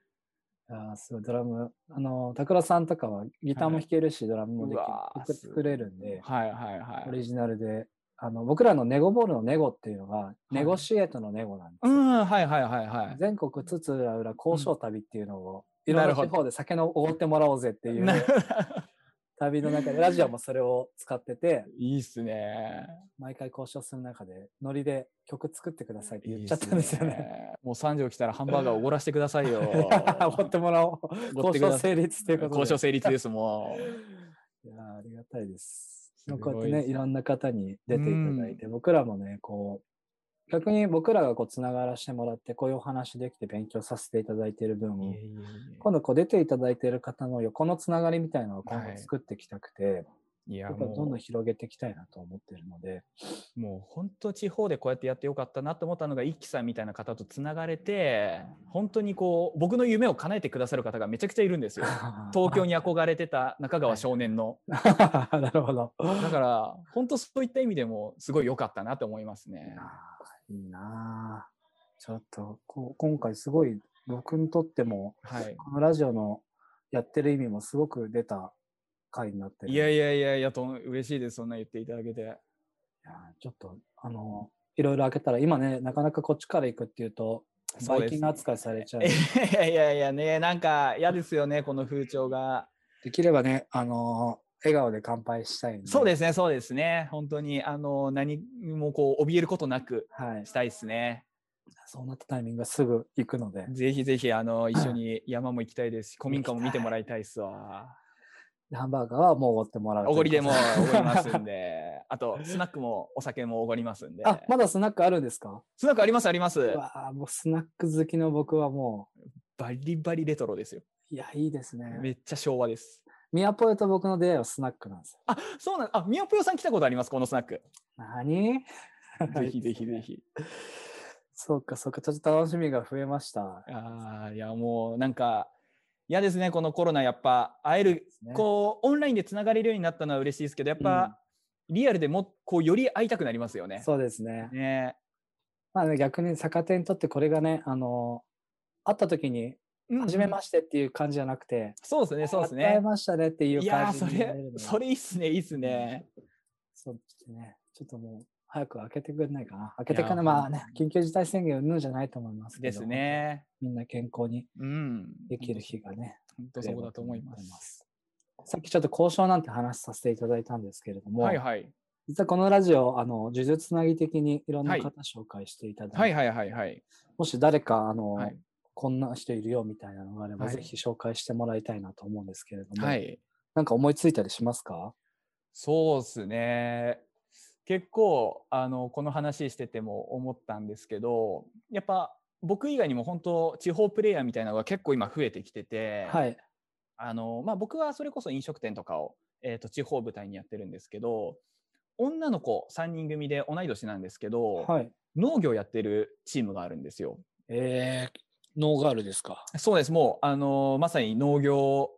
Speaker 2: あーすごいドラム、あの、拓郎さんとかはギターも弾けるし、ドラムもで
Speaker 3: うわー
Speaker 2: きる、
Speaker 3: すごい
Speaker 2: 作れるんで、
Speaker 3: はいはいは
Speaker 2: オ
Speaker 3: い。
Speaker 2: リジナルで、あの僕らのネゴボールのネゴっていうのが、
Speaker 3: い
Speaker 2: ネゴシエートのネゴなんです
Speaker 3: う
Speaker 2: よ、
Speaker 3: ん、はいはいはいはい。
Speaker 2: 全国津々浦々交渉旅っていうのを、
Speaker 3: うん
Speaker 2: いろん
Speaker 3: なる
Speaker 2: な
Speaker 3: ほ
Speaker 2: 地
Speaker 3: ど
Speaker 2: 方で酒のおごってもらおうぜってい
Speaker 3: な
Speaker 2: う旅の中で、ラジオもそれを使ってて、
Speaker 3: いいっすね。
Speaker 2: 毎回交渉する中で、ノリで曲作ってくださいって
Speaker 3: い
Speaker 2: 言
Speaker 3: い
Speaker 2: っちゃったんですよ
Speaker 3: っす
Speaker 2: ね。。
Speaker 3: ね。もう三条来たらハンバーガーおごらしてくださいよ
Speaker 2: おごってもらおう。
Speaker 3: ごっ
Speaker 2: 交
Speaker 3: てくだ
Speaker 2: 渉成立ということで。
Speaker 3: 交渉成立ですも
Speaker 2: いやーありがたいです。
Speaker 3: すごい
Speaker 2: こうやってね、
Speaker 3: です
Speaker 2: いろんな方に出ていただいて、僕らもね、こう、逆に僕らがこう、つながらせてもらって、こういうお話できて勉強させていただいている分、
Speaker 3: う。
Speaker 2: 今度こう出ていただいている方の横のつながりみたいなのを今
Speaker 3: は
Speaker 2: 後
Speaker 3: い
Speaker 2: 作っていきたくて、
Speaker 3: いや
Speaker 2: やっぱりどんどん
Speaker 3: も
Speaker 2: 広げていきたいなと思っているので、
Speaker 3: うもう本当地方でこうやってやってよかったなと思ったのが一輝さんみたいな方とつながれて本当にこう僕の夢を叶えてくださる方がめちゃくちゃいるんですよ。東京に憧れてた中川少年の、
Speaker 2: なるほど。
Speaker 3: だから本当そういった意味でもすごい良かったなと思いますね。
Speaker 2: あーいいなあちょっとこう、今回すごい僕にとっても、
Speaker 3: はい、
Speaker 2: このラジオのやってる意味もすごく出た回になってる。
Speaker 3: いやいやいやいやと嬉しいですそんな言っていただけて。
Speaker 2: いやちょっと、あの、いろいろ開けたら、今ね、なかなかこっちから行くっていうと、
Speaker 3: そ
Speaker 2: バ
Speaker 3: う
Speaker 2: イ
Speaker 3: です
Speaker 2: キング扱いされちゃう。
Speaker 3: いやいやいやねなんか嫌ですよねこの風潮が。
Speaker 2: できればね、あの、笑顔で乾杯したいんで。。
Speaker 3: そうですすねそうですね本当にあの何もこう怯えることなく
Speaker 2: はい
Speaker 3: し。たいですね。
Speaker 2: そうなったタイミングがすぐ行くので、
Speaker 3: ぜひぜひあの一緒に山も行きたいですし、古民家も見てもらいたいっすわ。
Speaker 2: ハンバーガーはもうおごってもらうというこ
Speaker 3: おご
Speaker 2: と
Speaker 3: りでもおごりますんで、あとスナックもお酒もおごりますんで。
Speaker 2: あ、まだスナックあるんですか
Speaker 3: スナックありますあります
Speaker 2: う。わあもうスナック好きの僕はも
Speaker 3: バリバリレトロですよ。
Speaker 2: う、いや、いいですね。
Speaker 3: めっちゃ昭和です。
Speaker 2: ミヤポエと僕の出会いはスナックなんですよ。
Speaker 3: あ、そうなんあ、みやぽよさん来たことありますこのスナック。
Speaker 2: 何
Speaker 3: ぜひぜひぜひ。
Speaker 2: そうか、そうか。ちょっと楽しみが増えました。
Speaker 3: あーいやもうなんか嫌ですねこのコロナやっぱ会える、
Speaker 2: ね
Speaker 3: こうオンラインでつながれるようになったのは嬉しいですけどやっぱ、リアルでもこうより会いたくなりますよね。
Speaker 2: そうですね。
Speaker 3: ね
Speaker 2: まあね、逆に逆手にとってこれがね、あの、会った時に、
Speaker 3: うん
Speaker 2: 初めましてっていう感じじゃなくて、
Speaker 3: そうですねそうです
Speaker 2: 会え
Speaker 3: ね。
Speaker 2: ましたねっていう
Speaker 3: いやー
Speaker 2: 感じ
Speaker 3: そ
Speaker 2: にな
Speaker 3: れ
Speaker 2: るのが
Speaker 3: それいいっすねいいっすね。
Speaker 2: そうですね。ちょっともう、早く開けてくれないかな。開けてか
Speaker 3: い
Speaker 2: ら、
Speaker 3: や
Speaker 2: まあね、緊急事態宣言うんぬんじゃないと思いますけど。
Speaker 3: です。ね。
Speaker 2: みんな健康に
Speaker 3: うん。
Speaker 2: できる日がね。
Speaker 3: 本当
Speaker 2: 増
Speaker 3: そ
Speaker 2: え
Speaker 3: こ
Speaker 2: ば
Speaker 3: だと思いま。
Speaker 2: 思いますすさっきちょっと交渉なんて話させていただいたんですけれども、
Speaker 3: はいはい
Speaker 2: 実はこのラジオ、あの、呪術つなぎ的にいろんな
Speaker 3: は
Speaker 2: い方紹介していただいて、
Speaker 3: はいはいはいはい。
Speaker 2: もし誰か、あの、
Speaker 3: はい
Speaker 2: こんな人いるよみたいなのがあれば、
Speaker 3: はい
Speaker 2: ぜひ紹介してもらいたいなと思うんですけれども、
Speaker 3: はい。
Speaker 2: なんか思いついたりしますか
Speaker 3: そうですね。結構あのこの話してても思ったんですけどやっぱ僕以外にも本当地方プレイヤーみたいなのが結構今増えてきてて、
Speaker 2: はい。
Speaker 3: あのまあ、僕はそれこそ飲食店とかを、えー、と地方舞台にやってるんですけど女の子3人組で同い年なんですけど、
Speaker 2: はい。
Speaker 3: 農業やってるチームがあるんですよ。
Speaker 2: えー、ノーガールですか。
Speaker 3: そうですもうあのまさに農業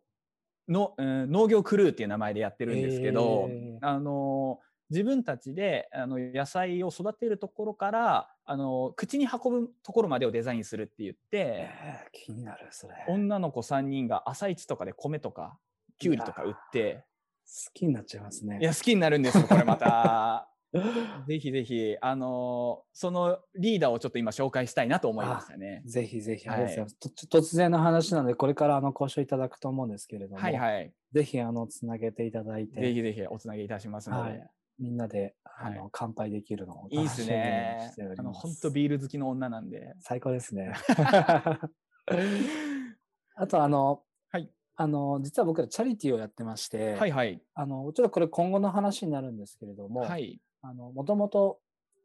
Speaker 3: の、うん農業クルーっていう名前でやってるんですけど、
Speaker 2: えー
Speaker 3: あの自分たちであの野菜を育てるところからあの口に運ぶところまでをデザインするって言って
Speaker 2: えー気になる、それ。好
Speaker 3: 女の子3人が朝市とかで米とかきゅうりとか売って
Speaker 2: きになっちゃいますね。
Speaker 3: いや好きになるんですよこれまた ぜひぜひあのそのリーダーをちょっと今紹介したいなと思いましたね
Speaker 2: ぜひぜひ、
Speaker 3: はい
Speaker 2: あれですよとちょ突然の話なので、これからあの交渉いただくと思うんですけれども、
Speaker 3: はいはい
Speaker 2: ぜひあのつなげていただいて、
Speaker 3: ぜひぜひおつなぎいたしますので、
Speaker 2: はいみんなであの、
Speaker 3: は
Speaker 2: 乾杯できるのを
Speaker 3: いいっ
Speaker 2: 楽
Speaker 3: す
Speaker 2: しみに
Speaker 3: ね
Speaker 2: してお。り
Speaker 3: あの、
Speaker 2: ます。
Speaker 3: 本当ビール好きの女なんで。
Speaker 2: 最高です ね。あとあの、
Speaker 3: はい
Speaker 2: あの実は僕らチャリティーをやってまして、
Speaker 3: はいはい。
Speaker 2: あのちょっとこれ今後の話になるんですけれども、
Speaker 3: はい。
Speaker 2: あのもともと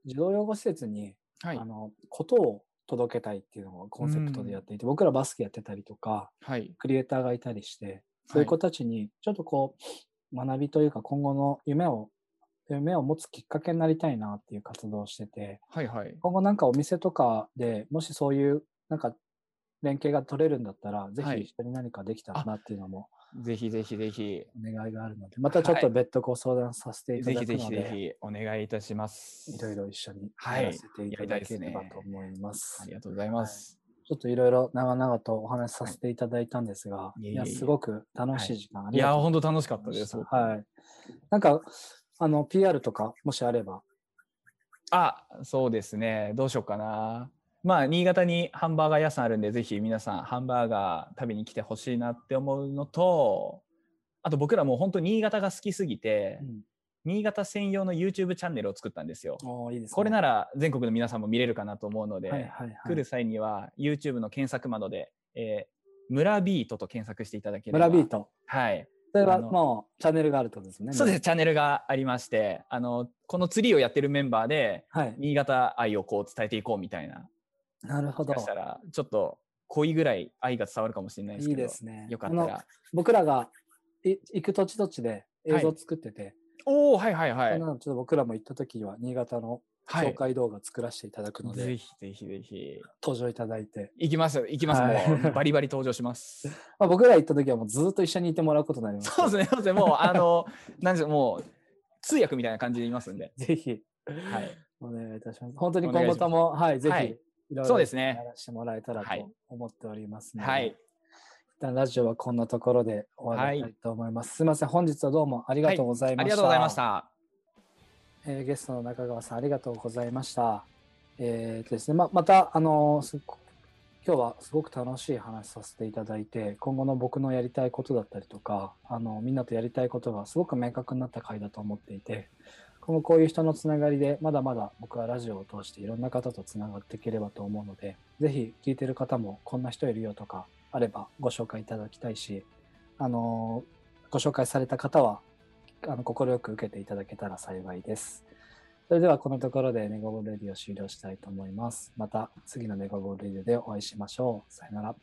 Speaker 2: 児童養護施設に、
Speaker 3: はい
Speaker 2: あ。のことを届けたいっていうのをコンセプトでやっていて、僕らバスケやってたりとか、
Speaker 3: はい。
Speaker 2: クリエイターがいたりして、そういう子たちにちょっとこう、学びというか今後の夢を、夢を持つきっかけになりたいなっていう活動をしてて、
Speaker 3: はいはい。
Speaker 2: 今後なんかお店とかでもしそういうなんか連携が取れるんだったら、ぜ
Speaker 3: は
Speaker 2: ひ
Speaker 3: い
Speaker 2: 一緒に何かできたらなっていうのも
Speaker 3: ぜひぜひぜひ。
Speaker 2: お願いがあるので、またちょっ
Speaker 3: は
Speaker 2: と
Speaker 3: い
Speaker 2: 別途ご相談させていた
Speaker 3: ぜ
Speaker 2: だく
Speaker 3: ひぜ
Speaker 2: の
Speaker 3: ひぜ
Speaker 2: で、
Speaker 3: ひお願いいたします。
Speaker 2: いろいろ一緒に
Speaker 3: はい
Speaker 2: やらせていただければ
Speaker 3: やりたいですね
Speaker 2: と思います。
Speaker 3: ありがとうございます。
Speaker 2: ちょっといろいろ長々とお話しさせていただいたんですが、
Speaker 3: いえいえ
Speaker 2: いや
Speaker 3: いえ
Speaker 2: すごく楽しい時間あ
Speaker 3: い
Speaker 2: りが
Speaker 3: や
Speaker 2: とう
Speaker 3: ー、
Speaker 2: ございます
Speaker 3: 本当楽しかったです。僕
Speaker 2: はい。なんか、あの、PR とか、もしあれば。
Speaker 3: あ、そうですね。どうしようかな。まあ、新潟にハンバーガー屋さんあるんで、ぜひ皆さん、ハンバーガー食べに来てほしいなって思うのと、あと僕らもう本当新潟が好きすぎて、新潟専用の YouTube チャンネルを作ったんですよ。
Speaker 2: おーいいですね。
Speaker 3: これなら全国の皆さんも見れるかなと思うので、
Speaker 2: はいはいはい。
Speaker 3: 来る際には YouTube の検索窓で、えー、村ビートと検索していただければ。
Speaker 2: 村ビー。ト。
Speaker 3: はい。
Speaker 2: それは
Speaker 3: あの
Speaker 2: もう、チャンネルがあるってことですね。
Speaker 3: そうです。。チャンネルがありまして、あの、この釣りをやってるメンバーで、
Speaker 2: はい。
Speaker 3: 新潟愛をこう伝えていこうみたいな。
Speaker 2: なるほど
Speaker 3: もしか。したら、ちょっと恋ぐらい愛が伝わるかもしれないです
Speaker 2: い
Speaker 3: け
Speaker 2: い
Speaker 3: ど。
Speaker 2: ですね。
Speaker 3: よかっ
Speaker 2: あ
Speaker 3: た
Speaker 2: の
Speaker 3: ら。
Speaker 2: 僕らがい行く土地土地で映像作ってて、
Speaker 3: おおはいはいは
Speaker 2: そ
Speaker 3: い
Speaker 2: んな。のちょっと僕らも行った時には、新潟の
Speaker 3: は
Speaker 2: 紹
Speaker 3: い。
Speaker 2: 介動画作らせていただくので、
Speaker 3: ぜひぜひぜひ。
Speaker 2: 登場いただいて、
Speaker 3: 行きます。行きます。
Speaker 2: はい
Speaker 3: もうバリバリ登場 します。
Speaker 2: まあ、僕ら行った時はもうずっと一緒にいてもらうことになります。
Speaker 3: そうですね、そうですね、もう、あの、なんでしょう、もう、通訳みたいな感じでいますんで。
Speaker 2: ぜひ、
Speaker 3: はい。
Speaker 2: お願いいたします。本当に
Speaker 3: お願い
Speaker 2: 今
Speaker 3: し
Speaker 2: 後
Speaker 3: ます
Speaker 2: とも、はい、ぜひ、
Speaker 3: はい
Speaker 2: いろいろ
Speaker 3: そうですね
Speaker 2: やらせてもらえたらと
Speaker 3: はい
Speaker 2: 思っておりますので、
Speaker 3: はい。
Speaker 2: 一旦ラジオはこんなところで終わりた
Speaker 3: はい
Speaker 2: と思います。すみません、本日はどうもありがとうござい
Speaker 3: あ
Speaker 2: ました。
Speaker 3: りがとうございまし。た。
Speaker 2: えーゲストの中川さん、ありがとうございました。えーとですね、ままた、あのーすっご今日はすごく楽しい話させていただいて、今後の僕のやりたいことだったりとか、あのみんなとやりたいことがすごく明確になった回だと思っていて、今後こういう人のつながりで、まだまだ僕はラジオを通していろんな方とつながっていければと思うので、ぜひ聞いてる方もこんな人いるよとかあればご紹介いただきたいし、あのーご紹介された方は、あの、快く受けていただけたら幸いです。それではこのところでネゴボールレディを終了したいと思います。また次のネゴボールレディでお会いしましょう。さよなら。